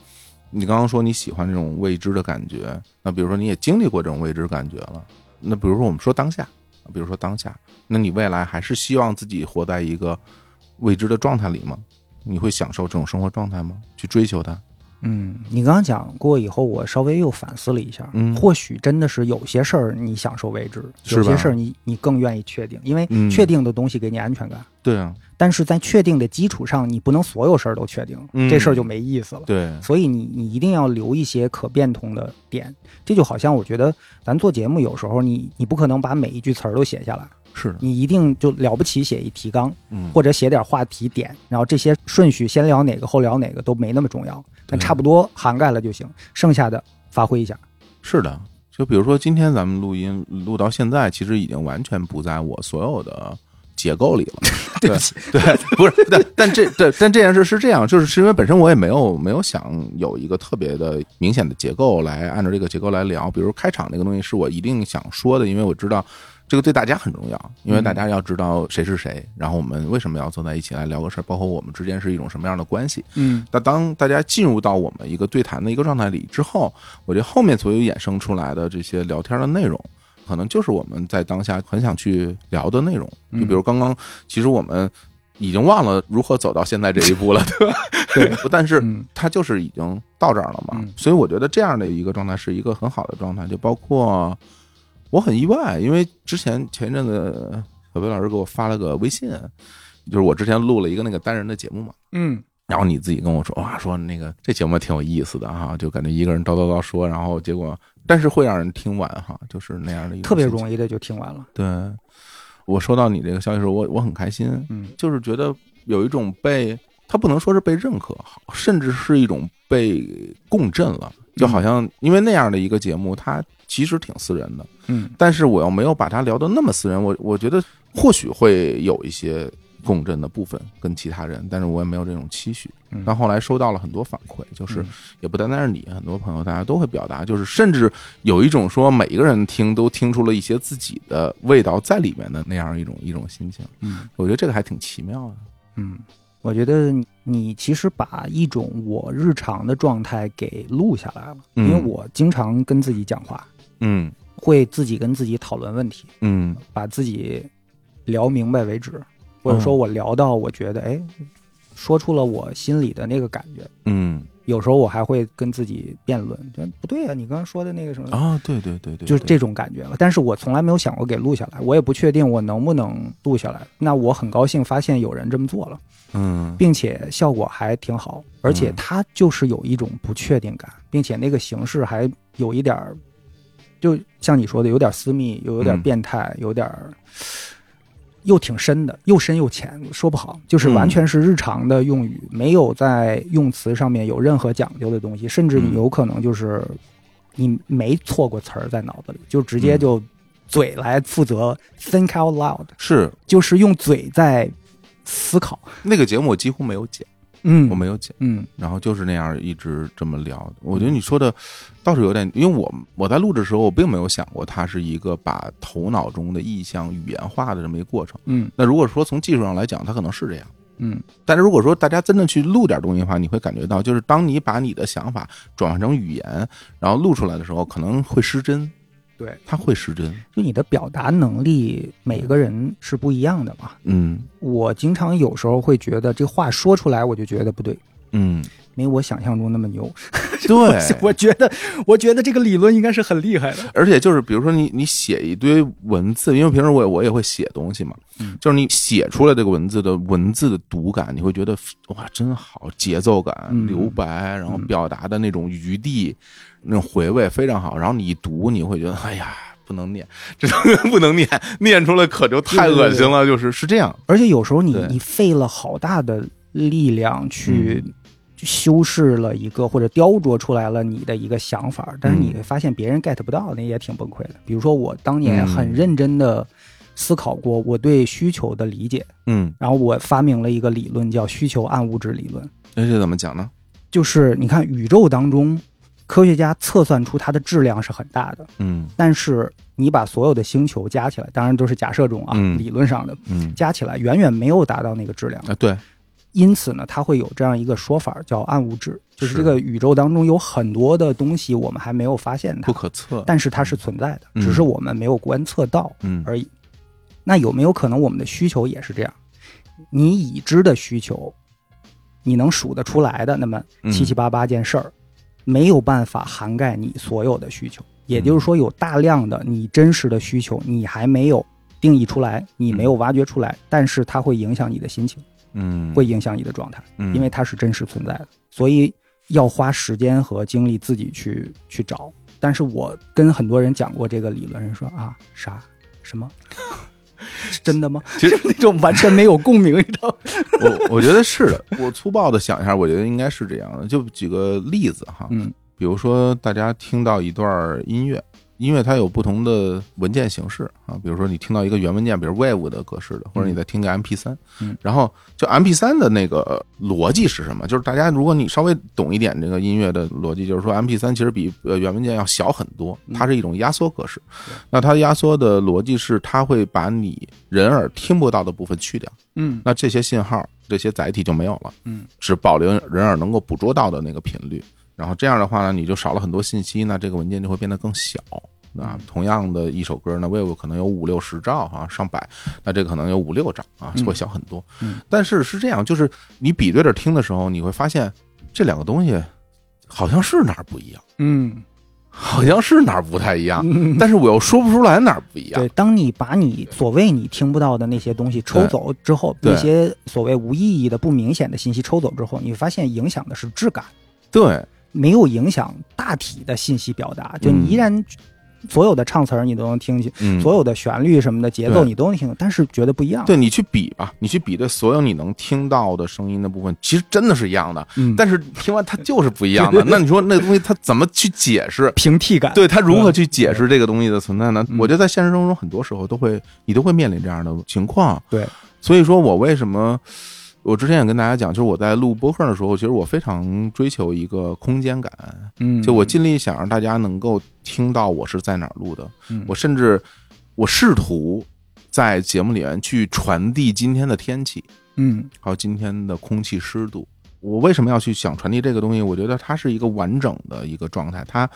你刚刚说你喜欢这种未知的感觉，那比如说你也经历过这种未知感觉了，那比如说我们说当下，比如说当下，那你未来还是希望自己活在一个未知的状态里吗？你会享受这种生活状态吗？去追求它？嗯，你刚刚讲过以后，我稍微又反思了一下，嗯或许真的是有些事儿你享受未知，是吧有些事儿你你更愿意确定，因为嗯确定的东西给你安全感。对啊，但是在确定的基础上，你不能所有事儿都确定，嗯这事儿就没意思了。对，所以你你一定要留一些可变通的点，这就好像我觉得咱做节目有时候你你不可能把每一句词儿都写下来，是的，你一定就了不起写一提纲，嗯，或者写点话题点，然后这些顺序先聊哪个后聊哪个都没那么重要，但对差不多涵盖了就行，剩下的发挥一下。是的。就比如说今天咱们录音录到现在，其实已经完全不在我所有的结构里 了。对不起，对，不是， 但但这对，但这件事是这样，就是是因为本身我也没有没有想有一个特别的明显的结构来按照这个结构来聊。比如开场这个东西是我一定想说的，因为我知道这个对大家很重要，因为大家要知道谁是谁，然后我们为什么要坐在一起来聊个事儿，包括我们之间是一种什么样的关系。嗯那当大家进入到我们一个对谈的一个状态里之后，我觉得后面所有衍生出来的这些聊天的内容，可能就是我们在当下很想去聊的内容。嗯就比如刚刚，其实我们已经忘了如何走到现在这一步 了，对吧？对，但是嗯它就是已经到这儿了嘛嗯。所以我觉得这样的一个状态是一个很好的状态，就包括我很意外，因为之前前一阵子小贝老师给我发了个微信，就是我之前录了一个那个单人的节目嘛。嗯然后你自己跟我说，哇，说那个这节目挺有意思的哈、就感觉一个人叨叨叨说，然后结果，但是会让人听完哈、就是那样的一种特别易。容易的就听完了。对，我收到你这个消息的时候，我我很开心，嗯就是觉得有一种被，他不能说是被认可，甚至是一种被共振了，就嗯好像因为那样的一个节目，它其实挺私人的，嗯但是我又没有把它聊得那么私人，我我觉得或许会有一些共振的部分跟其他人，但是我也没有这种期许嗯。但后来收到了很多反馈，就是嗯也不单单是你，很多朋友大家都会表达，就是甚至有一种说每一个人听都听出了一些自己的味道在里面的那样一种一种心情。嗯我觉得这个还挺奇妙的。嗯，我觉得你你其实把一种我日常的状态给录下来了，因为嗯我经常跟自己讲话，嗯会自己跟自己讨论问题，嗯把自己聊明白为止，或者说我聊到我觉得哎，说出了我心里的那个感觉。嗯有时候我还会跟自己辩论，就不对啊，你刚刚说的那个什么，啊，对对对对，就是这种感觉了。但是我从来没有想过给录下来，我也不确定我能不能录下来。那我很高兴发现有人这么做了，嗯并且效果还挺好，而且嗯它就是有一种不确定感，并且那个形式还有一点儿，就像你说的，有点私密，又有点嗯变态，有点儿。又挺深的，又深又浅，说不好，就是嗯完全是日常的用语，没有在用词上面有任何讲究的东西，甚至你嗯有可能就是你没错过词儿在脑子里，就直接嗯就嘴来负责 think out loud， 是就是用嘴在思考。那个节目我几乎没有剪，嗯，我没有剪。嗯然后就是那样一直这么聊。我觉得你说的倒是有点，因为我我在录的时候，我并没有想过它是一个把头脑中的意象语言化的这么一个过程。嗯那如果说从技术上来讲，它可能是这样。嗯但是如果说大家真的去录点东西的话，你会感觉到，就是当你把你的想法转换成语言，然后录出来的时候，可能会失真。对，它会失真。就你的表达能力，每个人是不一样的嘛。嗯我经常有时候会觉得这话说出来，我就觉得不对，嗯，没我想象中那么牛。对。 我觉得，我觉得这个理论应该是很厉害的。而且就是比如说你你写一堆文字，因为平时我也我也会写东西嘛，嗯就是你写出来这个文字的文字的读感，你会觉得哇真好，节奏感、嗯留白，然后嗯表达的那种余地、那种回味非常好。然后你一读，你会觉得哎呀不能念，这东西不能念，念出来可就太恶心了，就是是这样，而且有时候你对你费了好大的力量去修饰了一个或者雕琢出来了你的一个想法，但是你会发现别人 get 不到，那也挺崩溃的。比如说我当年很嗯认真的思考过我对需求的理解，嗯，然后我发明了一个理论叫需求暗物质理论，那这怎么讲呢？就是你看宇宙当中。科学家测算出它的质量是很大的，嗯但是你把所有的星球加起来，当然都是假设中啊，嗯理论上的嗯加起来远远没有达到那个质量。啊对，因此呢，它会有这样一个说法叫暗物质，就是是这个宇宙当中有很多的东西我们还没有发现不它，可测，但是它是存在的，嗯只是我们没有观测到嗯而已。那有没有可能我们的需求也是这样？你已知的需求，你能数得出来的那么嗯七七八八件事儿，没有办法涵盖你所有的需求。也就是说，有大量的你真实的需求，你还没有定义出来，你没有挖掘出来，但是它会影响你的心情，嗯，会影响你的状态，嗯，因为它是真实存在的，所以要花时间和精力自己去去找。但是我跟很多人讲过这个理论，人说啊啥什么。 是真的吗？其 实那种完全没有共鸣，你知道吗？ 我我觉得是的。我粗暴的想一下，我觉得应该是这样的。就举个例子哈，嗯比如说大家听到一段音乐，音乐它有不同的文件形式啊，比如说你听到一个原文件，比如 Wave 的格式的，或者你再听个 MP 三、嗯然后就 MP 三的那个逻辑是什么？就是大家如果你稍微懂一点这个音乐的逻辑，就是说 MP 三其实比呃原文件要小很多，嗯它是一种压缩格式。那它压缩的逻辑是，它会把你人耳听不到的部分去掉。嗯那这些信号、这些载体就没有了，嗯，只保留人耳能够捕捉到的那个频率。然后这样的话呢，你就少了很多信息，那这个文件就会变得更小。嗯那同样的一首歌呢，Wave 可能有五六十兆啊，上百，那这个可能有五六兆啊，嗯会小很多。嗯但是是这样，就是你比对着听的时候，你会发现这两个东西好像是哪儿不一样，嗯，好像是哪儿不太一样，但是我又说不出来哪儿不一样对。，当你把你所谓你听不到的那些东西抽走之后，对那些所谓无意义的、不明显的信息抽走之后，你会发现影响的是质感，对，没有影响大体的信息表达。就你依然所有的唱词儿你都能听清，嗯，所有的旋律什么的节奏对你都能听，但是觉得不一样。，对你去比吧，你去比对所有你能听到的声音的部分，其实真的是一样的，嗯，但是听完它就是不一 样的。那你说那东西它怎么去解释？平替感，对它如何去解释这个东西的存在呢？嗯我觉得在现实生活中很多时候都会，你都会面临这样的情况。对，所以说我为什么我之前也跟大家讲，就是我在录播客的时候，其实我非常追求一个空间感，嗯，就我尽力想让大家能够听到我是在哪儿录的。嗯我甚至我试图在节目里面去传递今天的天气，嗯还有今天的空气湿度。我为什么要去想传递这个东西？我觉得它是一个完整的一个状态，它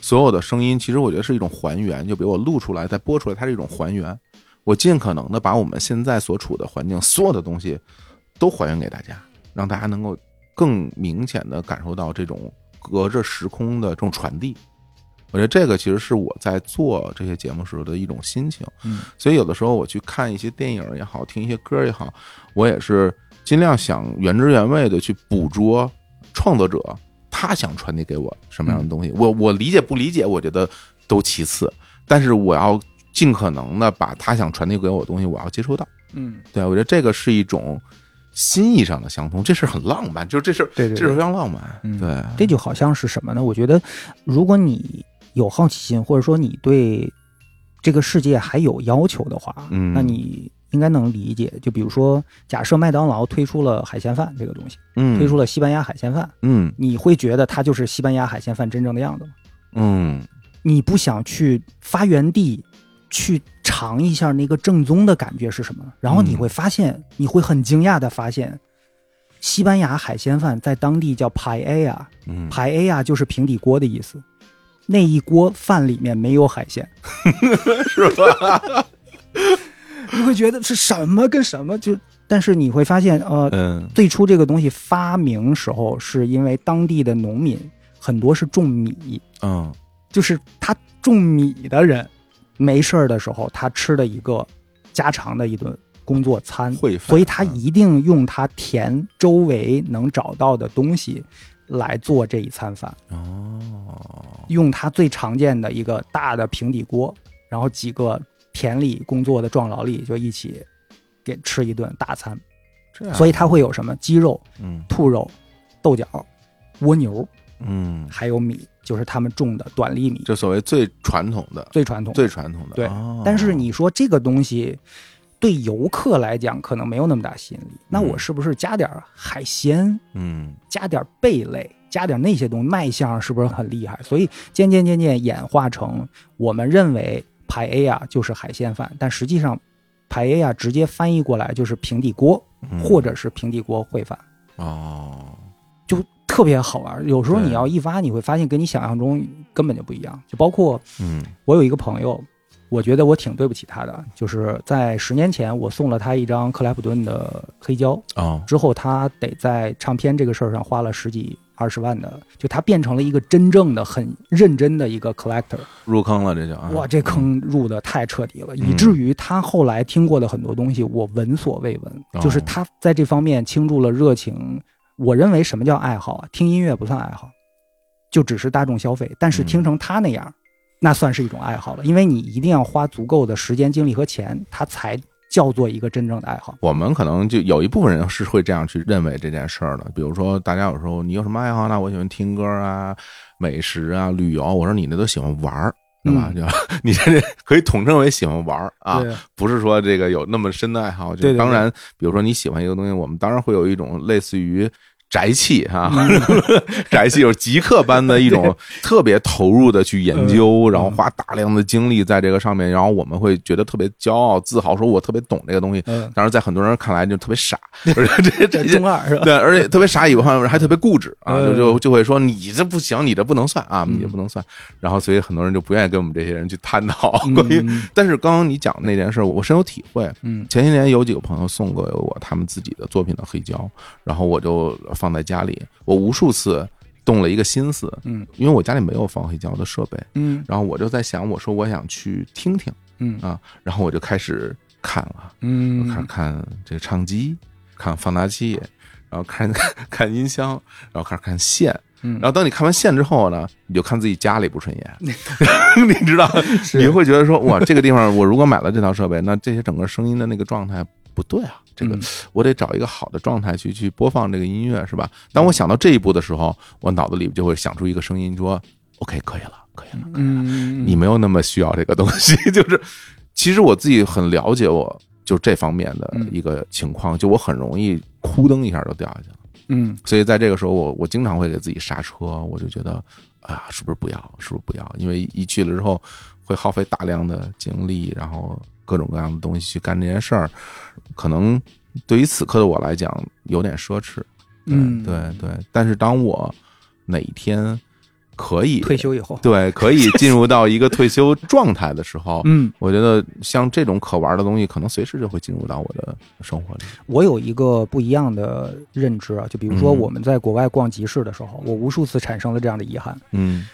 所有的声音其实我觉得是一种还原，就比如我录出来再播出来，它是一种还原。我尽可能的把我们现在所处的环境所有的东西都还原给大家，让大家能够更明显的感受到这种隔着时空的这种传递。我觉得这个其实是我在做这些节目时候的一种心情，嗯所以有的时候我去看一些电影也好，听一些歌也好，我也是尽量想原汁原味的去捕捉创作者他想传递给我什么样的东西。我我理解不理解，我觉得都其次，但是我要尽可能的把他想传递给我的东西，我要接收到。嗯，对，啊我觉得这个是一种心意上的相通，这事很浪漫，就是这事对对这对事非常浪漫。嗯对，这就好像是什么呢？我觉得，如果你有好奇心，或者说你对这个世界还有要求的话，嗯那你应该能理解。就比如说，假设麦当劳推出了海鲜饭这个东西，嗯，推出了西班牙海鲜饭，嗯你会觉得它就是西班牙海鲜饭真正的样子吗？嗯你不想去发源地去尝一下那个正宗的感觉是什么呢？然后你嗯会发现，你会很惊讶的发现，西班牙海鲜饭在当地叫 paella。嗯，排 A 啊，就是平底锅的意思。那一锅饭里面没有海鲜，是吧？你会觉得是什么跟什么就，但是你会发现，呃，嗯最初这个东西发明时候，是因为当地的农民很多是种米，嗯就是他种米的人没事儿的时候，他吃的一个家常的一顿工作餐，会饭所以他嗯一定用他田周围能找到的东西来做这一餐饭。哦，用他最常见的一个大的平底锅，然后几个田里工作的壮劳力就一起给吃一顿大餐，这样，所以它会有什么鸡肉、嗯兔肉、豆角、蜗牛，嗯，还有米，就是他们种的短粒米，这所谓最传统的、最传统的。最传统的。对哦但是你说这个东西对游客来讲可能没有那么大吸引力，那我是不是加点儿海鲜，嗯加点儿贝类，加点儿那些东西，卖相是不是很厉害？所以渐渐渐渐演化成我们认为排 A 啊就是海鲜饭，但实际上排 A 啊直接翻译过来就是平底锅，嗯或者是平底锅烩饭，哦，就特别好玩。有时候对你要一挖，你会发现跟你想象中根本就不一样。就包括嗯我有一个朋友，我觉得我挺对不起他的，就是在十年前我送了他一张克莱普顿的黑胶，哦，之后他得在唱片这个事儿上花了十几二十万的，就他变成了一个真正的很认真的一个 collector。入坑了这就啊，哇，这坑入的太彻底了，嗯以至于他后来听过的很多东西，我闻所未哦闻。就是他在这方面倾注了热情。我认为什么叫爱好啊？听音乐不算爱好，就只是大众消费。但是嗯听成他那样，那算是一种爱好了，因为你一定要花足够的时间、精力和钱，它才叫做一个真正的爱好。我们可能就有一部分人是会这样去认为这件事儿的，比如说大家有时候你有什么爱好呢？我喜欢听歌啊、美食啊、旅游。我说你那都喜欢玩儿，对吧？嗯就 你这可以统称为喜欢玩儿啊，对不是说这个有那么深的爱好。就对对对当然，比如说你喜欢一个东西，我们当然会有一种类似于。宅气哈、嗯 宅气就是极客般的 一种特别投入的去研嗯究，然后花大量的精力在这个上面，然后我们会觉得特别骄傲、自豪，说我特别懂这个东西。嗯，当然，在很多人看来就特别傻， 而且这这这些中二 是吧？对，而且特别傻以外，还特别固执啊，就嗯就就会说你这不行，你这不能算啊，你这不能算。然后，所以很多人就不愿意跟我们这些人去探讨关于。嗯 但是刚刚你讲的那件事，我深有体会。嗯前些年有几个朋友送过我他们自己的作品的黑胶，然后我就放在家里，我无数次动了一个心思，嗯因为我家里没有放黑胶的设备，嗯然后我就在想，我说我想去听听嗯啊，然后我就开始看了。嗯看看这个唱机，看放大器，然后看 看音箱，然后开始看线。嗯然后当你看完线之后呢，你就看自己家里不顺 眼，你知道，你会觉得说，哇，这个地方我如果买了这套设备，那这些整个声音的那个状态不对啊，这个嗯我得找一个好的状态去去播放这个音乐，是吧？当我想到这一步的时候，我脑子里就会想出一个声音说，OK，可以了，可以了，嗯你没有那么需要这个东西。 就是，其实我自己很了解我就这方面的嗯一个情况，就我很容易扑噔一下就掉下去了。嗯所以在这个时候我，我经常会给自己刹车，我就觉得啊，是不是不要，是不是不要？因为一去了之后，会耗费大量的精力，然后各种各样的东西去干这件事儿，可能对于此刻的我来讲有点奢侈。对嗯对对，但是当我哪一天可以退休以后，，对，可以进入到一个退休状态的时候嗯，我觉得像这种可玩的东西，可能随时就会进入到我的生活里。我有一个不一样的认知啊，就比如说嗯我们在国外逛集市的时候，我无数次产生了这样的遗憾，嗯，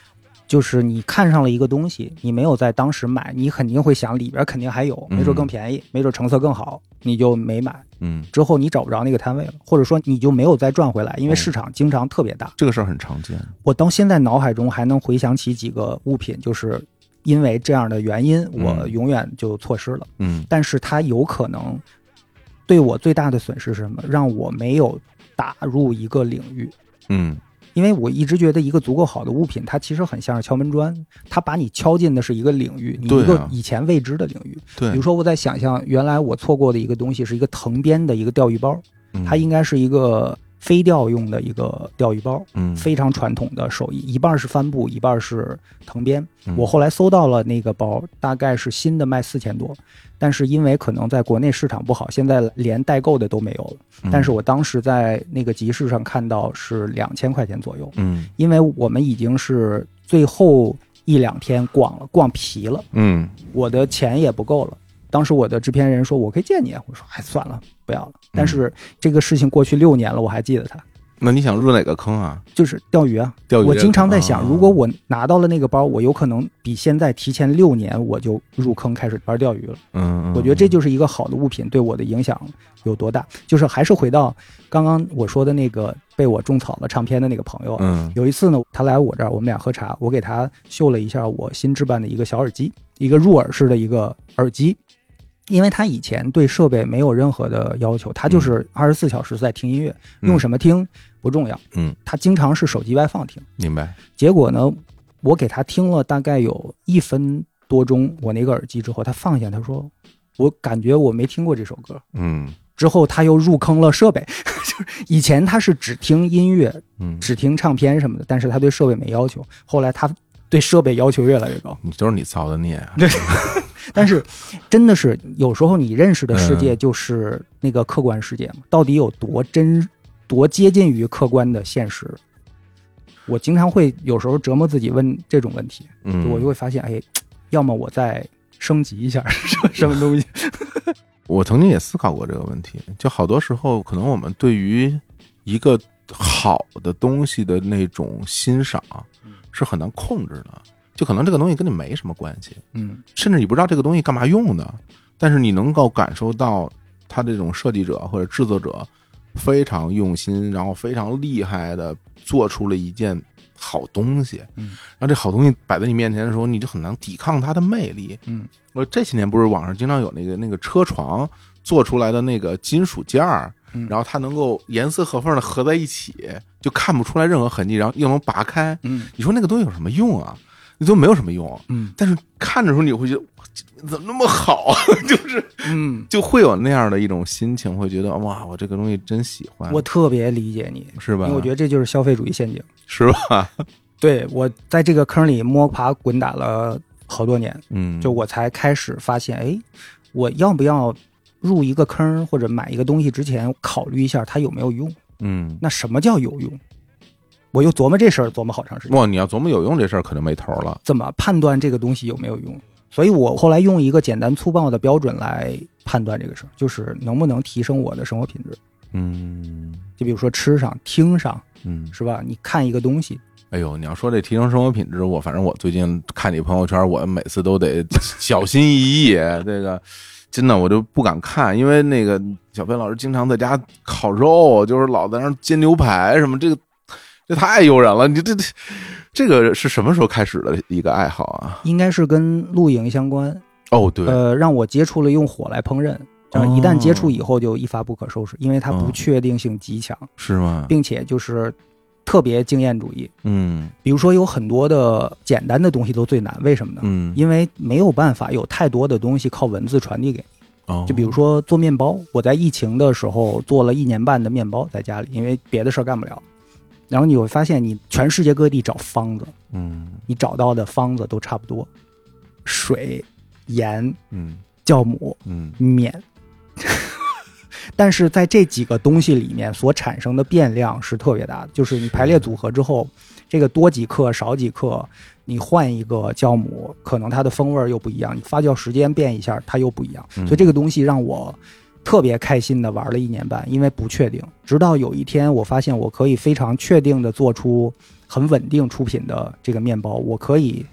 就是你看上了一个东西，你没有在当时买，你肯定会想里边肯定还有，嗯没准更便宜，没准成色更好，你就没买。嗯，之后你找不着那个摊位了，或者说你就没有再赚回来，因为嗯市场经常特别大。这个事儿很常见。我到现在脑海中还能回想起几个物品，就是因为这样的原因，我嗯永远就错失了。嗯但是它有可能对我最大的损失是什么？让我没有打入一个领域，嗯因为我一直觉得一个足够好的物品，它其实很像是敲门砖，它把你敲进的是一个领域，你对啊一个以前未知的领域。对比如说，我在想象原来我错过的一个东西是一个藤编的一个钓鱼包，嗯它应该是一个飞钓用的一个钓鱼包。嗯非常传统的手艺，一半是帆布，一半是藤编。嗯我后来搜到了那个包，大概是新的卖四千多，但是因为可能在国内市场不好，现在连代购的都没有了。嗯但是我当时在那个集市上看到是两千块钱左右，嗯因为我们已经是最后一两天逛了，逛皮了，嗯我的钱也不够了。当时我的制片人说：“我可以借你。”我说：“哎，算了，不要了。”但嗯是这个事情过去六年了，我还记得它，那你想入哪个坑啊？就是钓鱼啊。钓鱼？我经常在想，啊如果我拿到了那个包，我有可能比现在提前六年我就入坑开始玩钓鱼了。嗯，嗯我觉得这就是一个好的物品对我的影响有多大。就是还是回到刚刚我说的那个被我种草了唱片的那个朋友，啊嗯有一次呢，他来我这儿，我们俩喝茶，我给他秀了一下我新置办的一个小耳机，一个入耳式的一个耳机。因为他以前对设备没有任何的要求，他就是二十四小时在听音乐，嗯用什么听不重要。嗯，他经常是手机外放听。明白。结果呢，我给他听了大概有一分多钟，我那个耳机之后，他放下，他说：“我感觉我没听过这首歌。嗯”之后他又入坑了设备， 就是以前他是只听音乐、嗯，只听唱片什么的，但是他对设备没要求。后来他对设备要求越来越高，你都是你造的孽 啊。但是真的是有时候你认识的世界嗯就是那个客观世界嘛，到底有多真、多接近于客观的现实？我经常会有时候折磨自己问这种问题。嗯，我就会发现，哎，要么我在升级一下 什什么东西。我曾经也思考过这个问题，就好多时候可能我们对于一个好的东西的那种欣赏是很难控制的，就可能这个东西跟你没什么关系，嗯甚至你不知道这个东西干嘛用的，但是你能够感受到它这种设计者或者制作者非常用心，然后非常厉害的做出了一件好东西。嗯，然后这好东西摆在你面前的时候，你就很难抵抗它的魅力。嗯，我这些年不是网上经常有那个那个车床做出来的那个金属件儿嗯。然后它能够严丝合缝的合在一起，就看不出来任何痕迹，然后又能拔开。嗯你说那个东西有什么用啊？那都没有什么用。嗯但是看的时候你会觉得哇这怎么那么好 啊？就是嗯，就会有那样的一种心情，会觉得哇，我这个东西真喜欢，我特别理解你，嗯是因吧？为我觉得这就是消费主义陷阱。是吧？对我在这个坑里摸爬滚打了好多年，嗯，就我才开始发现，哎，我要不要入一个坑或者买一个东西之前考虑一下它有没有用？嗯，那什么叫有用？我又琢磨这事儿琢磨好长时间，哇，你要琢磨有用这事儿，可就没头了。怎么判断这个东西有没有用？所以我后来用一个简单粗暴的标准来判断这个事儿，就是能不能提升我的生活品质。嗯就比如说吃上、听上，嗯，是吧？你看一个东西，哎呦，你要说这提升生活品质，我反正我最近看你朋友圈，我每次都得小心翼翼。这个真的我就不敢看，因为那个小飞老师经常在家烤肉，就是老在那儿煎牛排什么，这个 这太诱人了。你这这这个是什么时候开始的一个爱好啊？应该是跟露营相关，哦，对，呃，让我接触了用火来烹饪。这样一旦接触以后，就一发不可收拾，因为它不嗯确定性极强，是吗？并且就是特别经验主义。嗯比如说，有很多的简单的东西都最难，为什么呢？嗯，因为没有办法有太多的东西靠文字传递给你。哦就比如说做面包，我在疫情的时候做了一年半的面包，在家里，因为别的事儿干不了。然后你会发现，你全世界各地找方子，嗯你找到的方子都差不多，水、盐、嗯酵母、嗯面。 但是在这几个东西里面所产生的变量是特别大的，就是你排列组合之后，这个多几克少几克，你换一个酵母，可能它的风味儿又不一样，你发酵时间变一下，它又不一样。嗯所以这个东西让我特别开心的玩了一年半，因为不确定。直到有一天，我发现我可以非常确定的做出很稳定出品的这个面包，我可以。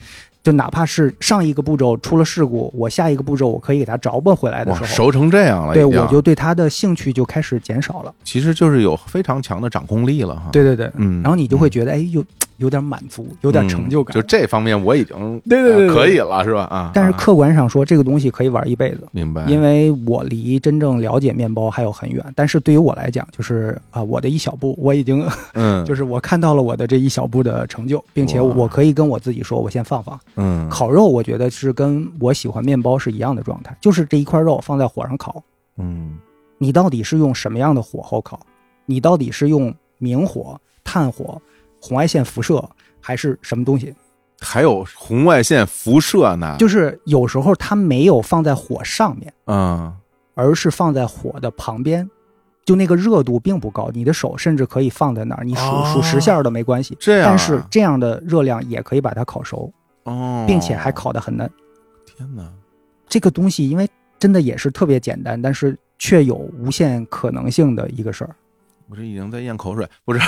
就哪怕是上一个步骤出了事故，我下一个步骤我可以给它着吧回来的时哇，候，熟成这样了，对已经我就对它的兴趣就开始减少了。其实就是有非常强的掌控力了哈。，对对对，嗯，然后你就会觉得，哎，有有点满足，有有点成就感。嗯就这方面我已经对对对对呃可以了，是吧？啊，但是啊客观上说，这个东西可以玩一辈子。明白，因为我离真正了解面包还有很远，但是对于我来讲，就是啊、我的一小步，我已经嗯，就是是我看到了我的这一小步的成就，并且哇我可以跟我自己说，我先放放。嗯，烤肉，我觉得是跟我喜欢面包是一样的状态，就是这一块肉放在火上烤，嗯你到底是用什么样的火候烤？你到底是用明火、炭火、红外线辐射，还是什么东西？嗯还有红外线辐射呢，就是有时候它没有放在火上面，嗯而是放在火的旁边，就那个热度并不高，你的手甚至可以放在那儿，你数、哦数十下儿都没关系。这样啊，但是这样的热量也可以把它烤熟，哦，并且还烤得很嫩。天哪，这个东西因为真的也是特别简单，但是却有无限可能性的一个事儿。我这已经在咽口水，不是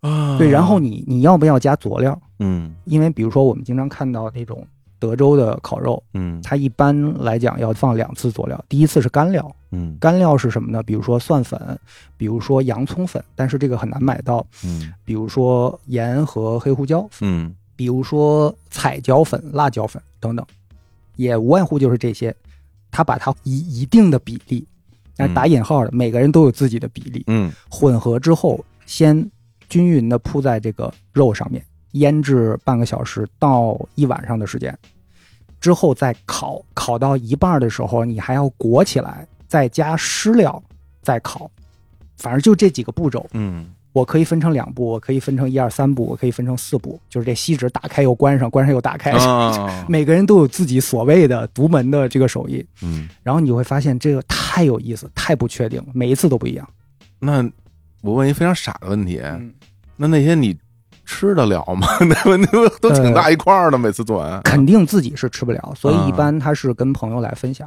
啊？对，然后你你要不要加佐料？嗯因为比如说我们经常看到那种德州的烤肉，嗯它一般来讲要放两次佐料，第一次是干料，嗯干料是什么呢？比如说蒜粉，比如说洋葱粉，但是这个很难买到，嗯比如说盐和黑胡椒，嗯比如说彩椒粉、辣椒粉等等，也无外乎就是这些，它把它一一定的比例，但是打引号的，每个人都有自己的比例，嗯混合之后，先均匀的铺在这个肉上面，腌制半个小时到一晚上的时间，之后再烤，烤到一半的时候，你还要裹起来，再加湿料再烤。反正就这几个步骤，嗯我可以分成两步，我可以分成一二三步，我可以分成四步，就是这锡纸打开又关上，关上又打开。啊， 每个人都有自己所谓的独门的这个手艺，嗯，然后你会发现这个太有意思，太不确定了，每一次都不一样。那我问一非常傻的问题，嗯，那那些你吃得了吗？ 那不那不都挺大一块儿的，每次做完。呃肯定自己是吃不了，所以一般他是跟朋友来分 享。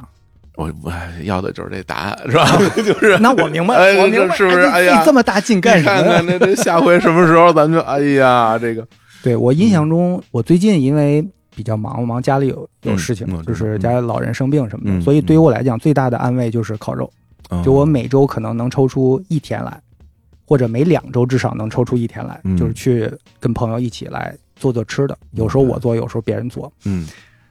我我要的就是这答案，是吧？ 就是那我明白，哎我明白，是不是哎哎呀费这么大劲干你什看么呀看？那这下回什么时候咱们就哎呀，这个对我印象中，我最近因为比较忙，我忙家里有有事情嗯我，知就道是家里老人生病什么嗯的，所以对于我来讲，最大的安慰就是烤肉。就我每周可能能抽出一天来，或者每两周至少能抽出一天来嗯，就是去跟朋友一起来做做吃的。有时候我做，有时候别人做。嗯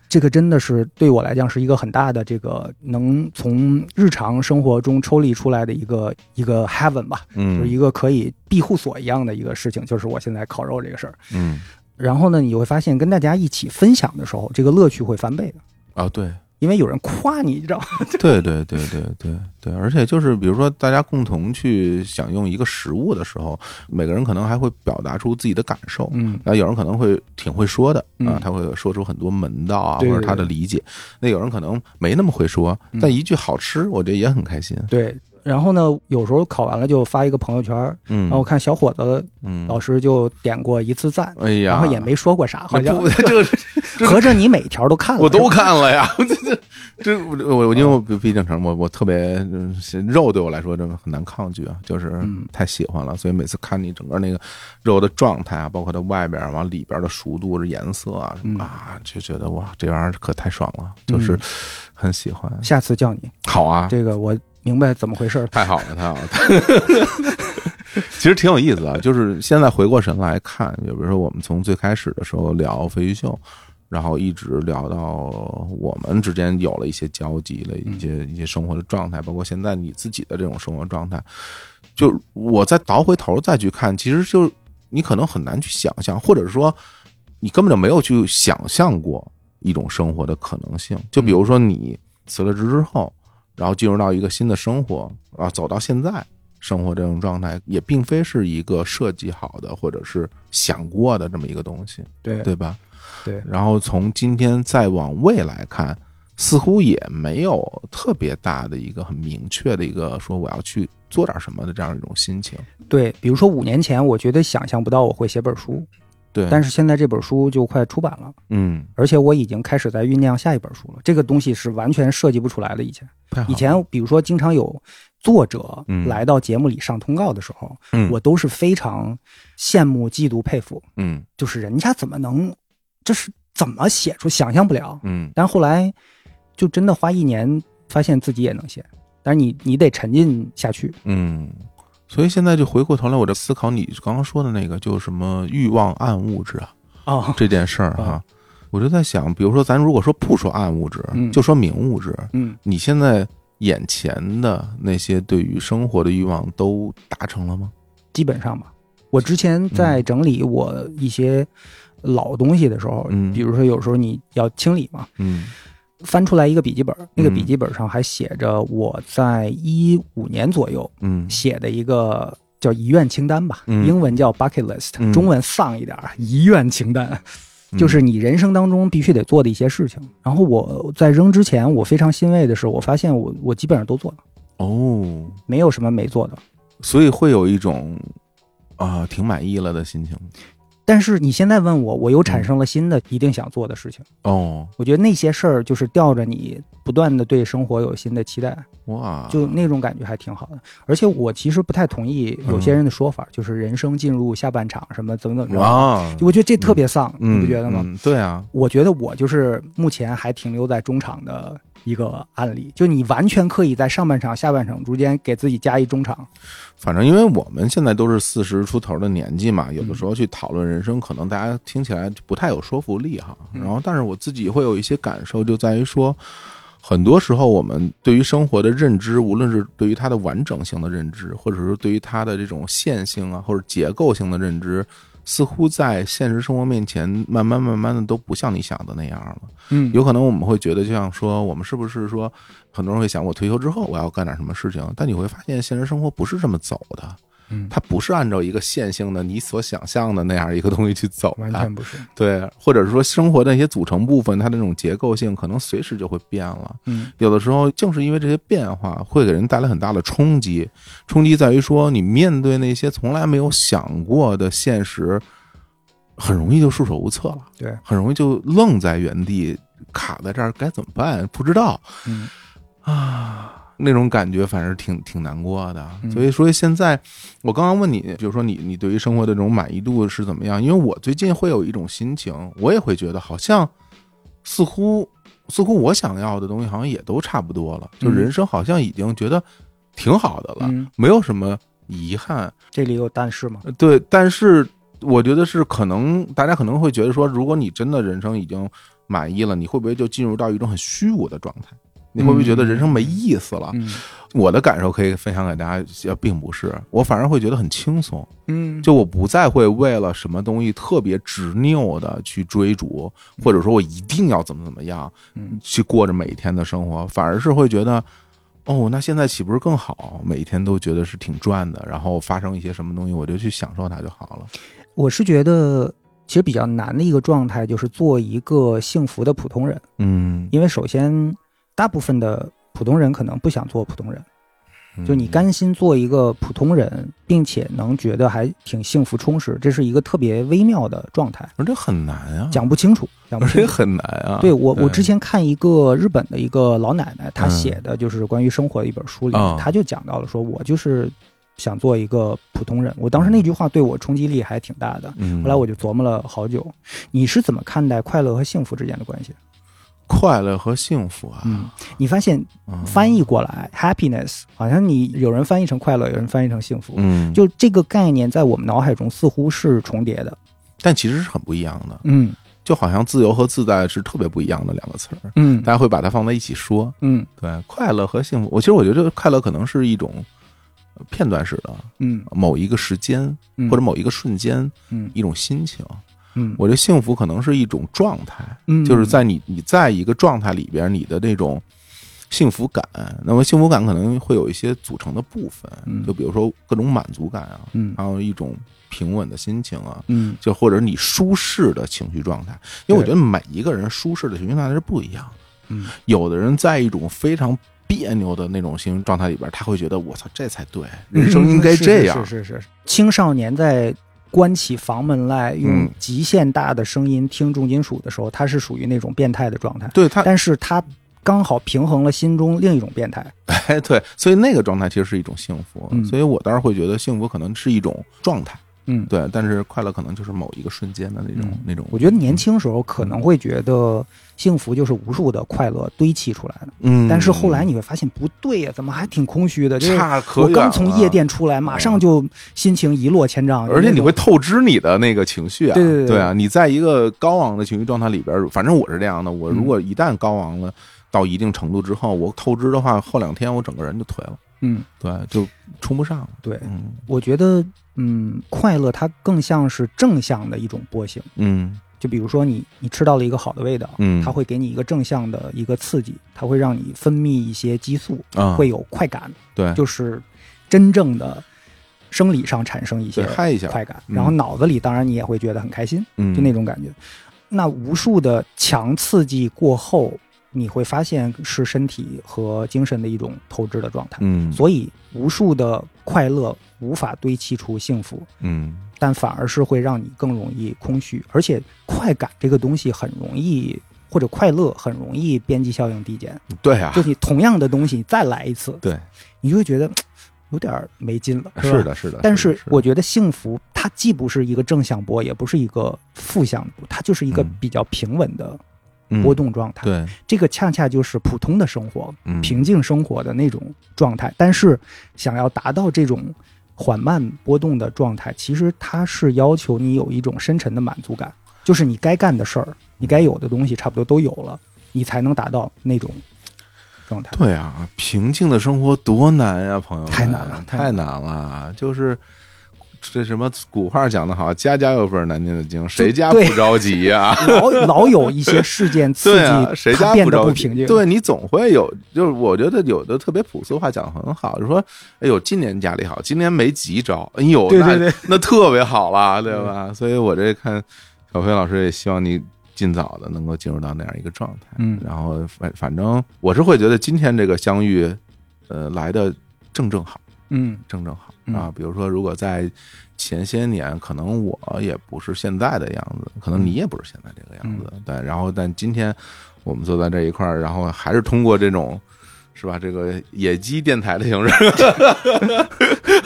这个真的是对我来讲是一个很大的这个能从日常生活中抽离出来的一个一个 heaven 吧，就是一嗯个可以庇护所一样的一个事情，就是我现在烤肉这个事儿。嗯然后呢，你会发现跟大家一起分享的时候，这个乐趣会翻倍的，啊， 对，因为有人夸你，你知道吗？对对对对对对，而且就是比如说，大家共同去享用一个食物的时候，每个人可能还会表达出自己的感受。嗯，那有人可能会挺会说的啊嗯，他会说出很多门道啊，或对对者他的理解。那有人可能没那么会说，嗯但一句好吃，我觉得也很开心。对。然后呢，有时候烤完了就发一个朋友圈儿，嗯然后我看小伙子嗯，老师就点过一次赞，哎呀，然后也没说过啥，好像不 这个这合着你每条都看了， 我都是吧。看了呀，我这这这我我我因为我毕竟成我我特别嗯肉对我来说真的很难抗拒啊，就是嗯太喜欢了，所以每次看你整个那个肉的状态啊，包括它外边儿往里边儿的熟度、这颜色啊嗯啊，就觉得哇，这玩意儿可太爽了，就是嗯很喜欢。下次叫你，好啊，这个我明白怎么回事儿。太好了，太好了。 其实挺有意思啊，就是现在回过神来看，就比如说我们从最开始的时候聊飞鱼秀，然后一直聊到我们之间有了一些交集的一些一些生活的状态，包括现在你自己的这种生活状态，就我再倒回头再去看，其实就你可能很难去想象，或者说你根本就没有去想象过一种生活的可能性。就比如说你辞了职之后，然后进入到一个新的生活，然后走到现在生活这种状态，也并非是一个设计好的或者是想过的这么一个东西，对对吧？对然后从今天再往未来看，似乎也没有特别大的一个很明确的一个说我要去做点什么的这样一种心情。对，比如说五年前，我绝对想象不到我会写本书，对，但是是现在这本书就快出版了，嗯，而且我已经开始在酝酿下一本书了。这个东西是完全设计不出来的。以前，太好了以前比如说经常有作者啊嗯来到节目里上通告的时候，嗯我都是非常羡慕、嫉妒、佩服，嗯就是人家怎么能，这是怎么写出，想象不了。嗯但后来就真的花一年，发现自己也能写。但是你你得沉浸下去，嗯。所以现在就回过头来，我在思考你刚刚说的那个，就是什么欲望暗物质啊，哦，这件事儿哈啊，我就在想，比如说咱如果说不说暗物质，嗯就说明物质， 嗯，你现在眼前的那些对于生活的欲望都达成了吗？基本上吧。我之前嗯在整理我一些老东西的时候，嗯比如说有时候你要清理嘛，嗯翻出来一个笔记本，那个笔记本上还写着我在一五年左右嗯写的一个。叫遗愿清单吧，嗯英文叫 bucket list，、嗯中文丧一点儿，遗愿清单。 嗯就是你人生当中必须得做的一些事情。然后我在扔之前，我非常欣慰的是，我发现我我基本上都做了，哦，没有什么没做的。所以会有一种啊、挺满意了的心情但是你现在问我，我又嗯产生了新的一定想做的事情。哦，我觉得那些事儿就是吊着你，不断的对生活有新的期待，哇，就那种感觉还挺好的。而且我其实不太同意有嗯些人的说法，就是人生进入下半场什么怎么怎么着，哇，就我觉得这特别丧，嗯你不觉得吗？嗯对啊，我觉得我就是目前还停留在中场的一个案例，就你完全可以在上半场、下半场中间给自己加一中场。反正因为我们现在都是四十出头的年纪嘛，有的时候去讨论人生，可能大家听起来就不太有说服力哈。嗯然后，但是我自己会有一些感受，就在于说，很多时候我们对于生活的认知，无论是对于它的完整性的认知，或者是对于它的这种线性啊，或者结构性的认知。似乎在现实生活面前，慢慢慢慢的都不像你想的那样了。嗯有可能我们会觉得，就像说，我们是不是说，很多人会想，我退休之后我要干点什么事情？但你会发现，现实生活不是这么走的，嗯它不是按照一个线性的你所想象的那样一个东西去走完的全，不是。对，或者是说生活的一些组成部分，它的那种结构性可能随时就会变了。嗯有的时候正是因为这些变化，会给人带来很大的冲击。冲击在于说，你面对那些从来没有想过的现实，很容易就束手无策了，对，很容易就愣在原地，卡在这儿该怎么办？不知道嗯啊，那种感觉反正挺挺难过的。嗯所以说现在我刚刚问你，比如说你你对于生活的这种满意度是怎么样？因为我最近会有一种心情，我也会觉得好像似乎似乎我想要的东西好像也都差不多了，就嗯人生好像已经觉得挺好的了，嗯，没有什么遗憾。这里有但是吗？对，但是我觉得是可能大家可能会觉得说，如果你真的人生已经满意了，你会不会就进入到一种很虚无的状态？你会不会觉得人生没意思了？嗯我的感受可以分享给大家，呃并不是，我反而会觉得很轻松，嗯，就我不再会为了什么东西特别执拗的去追逐，或者说我一定要怎么怎么样嗯去过着每一天的生活，反而是会觉得，哦，那现在岂不是更好？每一天都觉得是挺赚的，然后发生一些什么东西，我就去享受它就好了。我是觉得其实比较难的一个状态就是做一个幸福的普通人，嗯，因为首先大部分的普通人可能不想做普通人，嗯就你甘心做一个普通人，并且能觉得还挺幸福充实，这是一个特别微妙的状态，而这很难啊，讲不清楚，讲不而清且楚。很难啊。对我，我之前看一个日本的一个老奶奶，她嗯写的就是关于生活的一本书里面，哦她就讲到了说，我就是想做一个普通人。我当时那句话对我冲击力还挺大的。嗯，后来我就琢磨了好久，你是怎么看待快乐和幸福之间的关系？快乐和幸福啊，嗯，你发现嗯翻译过来、happiness，好像你有人翻译成快乐，有人翻译成幸福，嗯，就这个概念在我们脑海中似乎是重叠的。但其实是很不一样的，嗯就好像自由和自在是特别不一样的两个词儿，嗯大家会把它放在一起说。嗯对，快乐和幸福，我其实我觉得快乐可能是一种呃片段式的，嗯，某一个时间嗯或者某一个瞬间嗯一种心情。嗯，我觉得幸福可能是一种状态，嗯就是在你你在一个状态里边，你的那种幸福感，那么幸福感可能会有一些组成的部分嗯，就比如说各种满足感啊，嗯还有一种平稳的心情啊，嗯就或者你舒适的情绪状态，因为我对觉得每一个人舒适的情绪状态是不一样的。嗯有的人在一种非常别扭的那种心理状态里边，他会觉得我操，这才对，人生应该这样。嗯是是是是是青少年在。关起房门来，用嗯极限大的声音听重金属的时候，他是属于那种变态的状态，对他，但是他刚好平衡了心中另一种变态。哎， 对，所以那个状态其实是一种幸福。嗯所以我当时会觉得幸福可能是一种状态，嗯，对，但是快乐可能就是某一个瞬间的那种、嗯那种。我觉得年，轻时候可能会觉得幸福就是无数的快乐堆砌出来的，嗯，但是后来你会发现不对呀、怎么还挺空虚的？就是差可我远了刚从夜，店出来，马上就心情一落千丈，而且你就会透支你的那个情绪啊，对对对对啊，你在一个高昂的情绪状态里边，反正我是这样的，我如嗯果一旦高昂了。到一定程度之后，我透支的话，后两天我整个人就颓了，那种嗯，对，就冲不上了。对，嗯我觉得嗯，快乐它更像是正向的一种波形。嗯就比如说你你吃到了一个好的味道，嗯它会给你一个正向的一个刺激，它会让你分泌一些激素，啊，会有快感，对，就是真正的生理上产生一些对嗨一下，快感，嗯然后脑子里当然你也会觉得很开心，嗯，就那种感觉。那无数的强刺激过后，你会发现是身体和精神的一种透支的状态。嗯，所以，无数的快乐无法堆砌出幸福，嗯但反而是会让你更容易空虚。而且，快感这个东西很容易，或者快乐很容易边际效应递减。对啊就，你同样的东西，你再来一次，对，啊你就会觉得有点儿没劲了，吧是的，是的。但是我觉觉得幸福它既不是一个正向波，也不是一个负向波，它就是一个嗯比较平稳的得波，动状态。嗯对，这个恰恰就是普通的生活、嗯平静生活的那种状态。但是想要达到这种缓慢波动的状态，其实它是要求你有一种深沉的满足感，就是你该干的事儿，你该有的东西差不多都有了，你才能达到那种状 态。对啊，平静的生活多难呀，朋友们，太难了太太难了，就是。这什么古话讲得好，家家有本难念的经，谁家不对着急呀、老老有一些事件刺对激，啊，谁它家变得着不急平静。对你总会有，就是我觉得有的特别朴素话讲得很好，就说，哎呦，今年家里好，今年没急着，哎呦，对对那那特别好了，对吧？所以我这看小飞老师也希望你尽早的能够进入到那样一个状态。嗯然后反反正我是会觉得今天这个相遇，呃，来的正正好， 嗯正正好嗯啊。比如说，如果在前些年，可能我也不是现在的样子，嗯可能你也不是现在这个样子，对。然后，但今天我们坐在这一块儿，然后还是通过这种。是吧？这个野鸡电台的形式，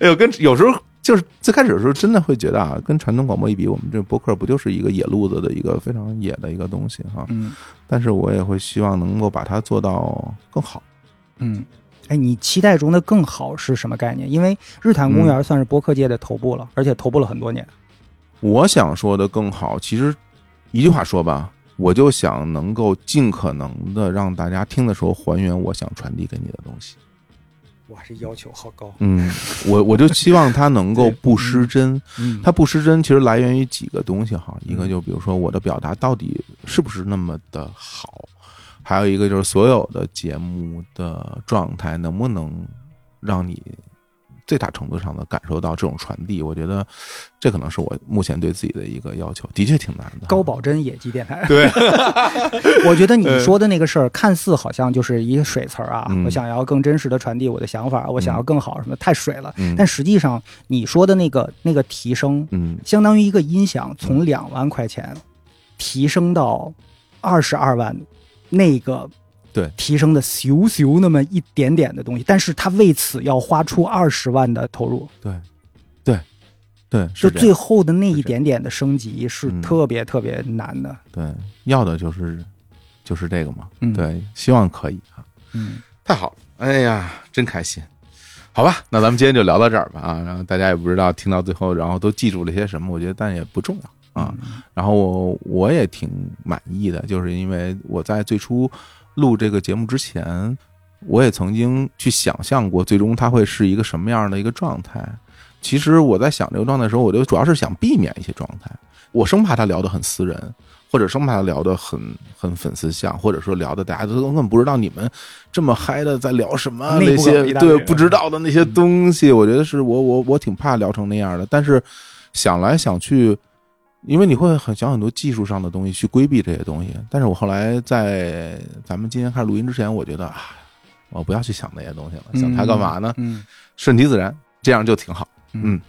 哎呦，跟有时候就是最开始的时候，真的会觉得啊，跟传统广播一比，我们这播客不就是一个野路子的一个非常野的一个东西哈、嗯但是我也会希望能够把它做到更好。嗯。哎，你期待中的更好是什么概念？因为日坛公园算是播客界的头部了，而且头部了很多年。我想说的更好，其实一句话说吧，我就想能够尽可能的让大家听的时候还原我想传递给你的东西。哇，这要求好高。嗯，我我就希望它能够不失真。嗯，它不失真，其实来源于几个东西哈，一个就比如说我的表达到底是不是那么的好，还有一个就是所有的节目的状态能不能让你最大程度上的感受到这种传递，我觉得这可能是我目前对自己的一个要求，的确挺难的。高保真野鸡电台。对， 我觉得你说的那个事儿，看似好像就是一个水词儿啊，嗯我想要更真实的传递我的想法，我想要更好什么，太水了。嗯但实际上，你说的那个那个提升，嗯相当于一个音响从两万块钱提升到二十二万，那个对提升的咻咻那么一点点的东西，但是它为此要花出二十万的投入，对对对，就是这最样后的那一是这点点的升级是嗯特别特别难的。对要的就是就是这个嘛，嗯对，希望可以啊。嗯，太好了，哎呀，真开心。好吧，那咱们今天就聊到这儿吧啊，然后大家也不知道听到最后，然后都记住了些什么，我觉得但也不重要啊。嗯然后我我也挺满意的，就是因为我在最初录这个节目之前，我也曾经去想象过，最终它会是一个什么样的一个状态。其实我在想这个状态的时候，我就主要是想避免一些状态，我生怕他聊得很私人，或者生怕他聊得很很粉丝向，或者说聊的大家都根本不知道你们这么嗨的在聊什么内那部些有一大堆对人不知道的那些东西，我觉得是我我我挺怕聊成那样的。但是想来想去，因为你会很想很多技术上的东西去规避这些东西。但是我后来在咱们今天开始录音之前，我觉得啊，我不要去想那些东西了，想它干嘛呢？嗯顺其自然，这样就挺好。嗯嗯，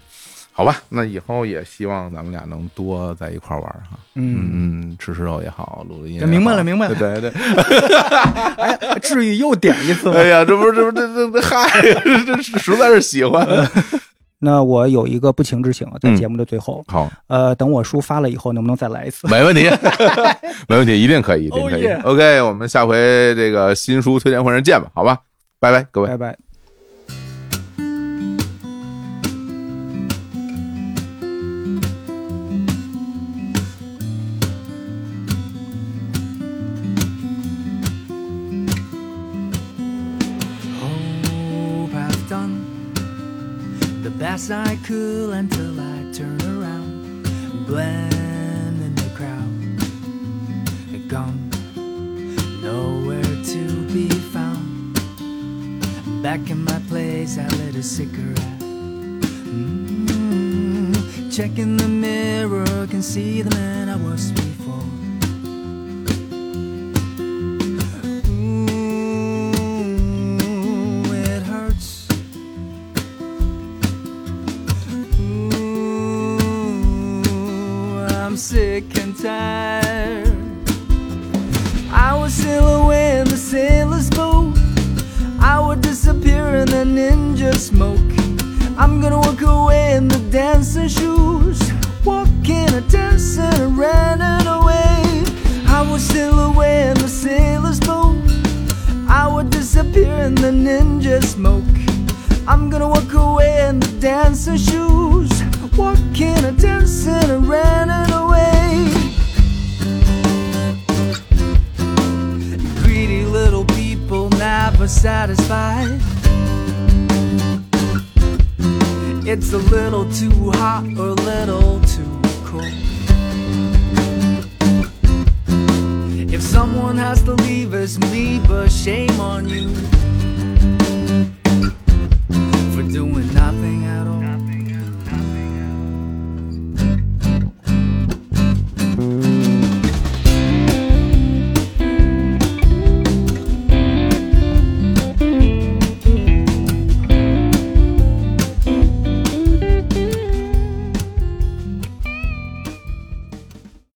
好吧，那以后也希望咱们俩能多在一块儿玩儿哈。嗯。嗯，吃吃肉也好，录录音也好。明白了明白了对对。对哎， 至于又点一次吗？哎呀，这不是这不这这这嗨， 这这实在是喜 欢。那我有一个不情之请啊，在嗯节目的最后，好，呃，等我书发了以后，能不能再来一次？没 问题，没问题，一定可以，一定 Oh 可以 yeah。 OK，我们下回这个新书推荐会上见吧，好吧，拜拜，各位。拜拜。 hope I've done the best I could until I turn around, blend in the crowd, gone, nowhere to be found. Back in my place, I lit a cigarette. Mm, Checking the mirror, can see the man I was before. Ooh, it hurts. Ooh, I'm sick and tired. I was silhouette in the sailor's boat. I would disappear in the ninja smoke. I'm gonna walk away in the dancing shoes. Walking and dancing and running away. I was silhouette in the sailor's boat. I would disappear in the ninja smoke. I'm gonna walk away in the dancing shoes. Walking and dancing and running away. Greedy little people never satisfied. It's a little too hot or a little too cold. If someone has to leave us, leave us, shame on you.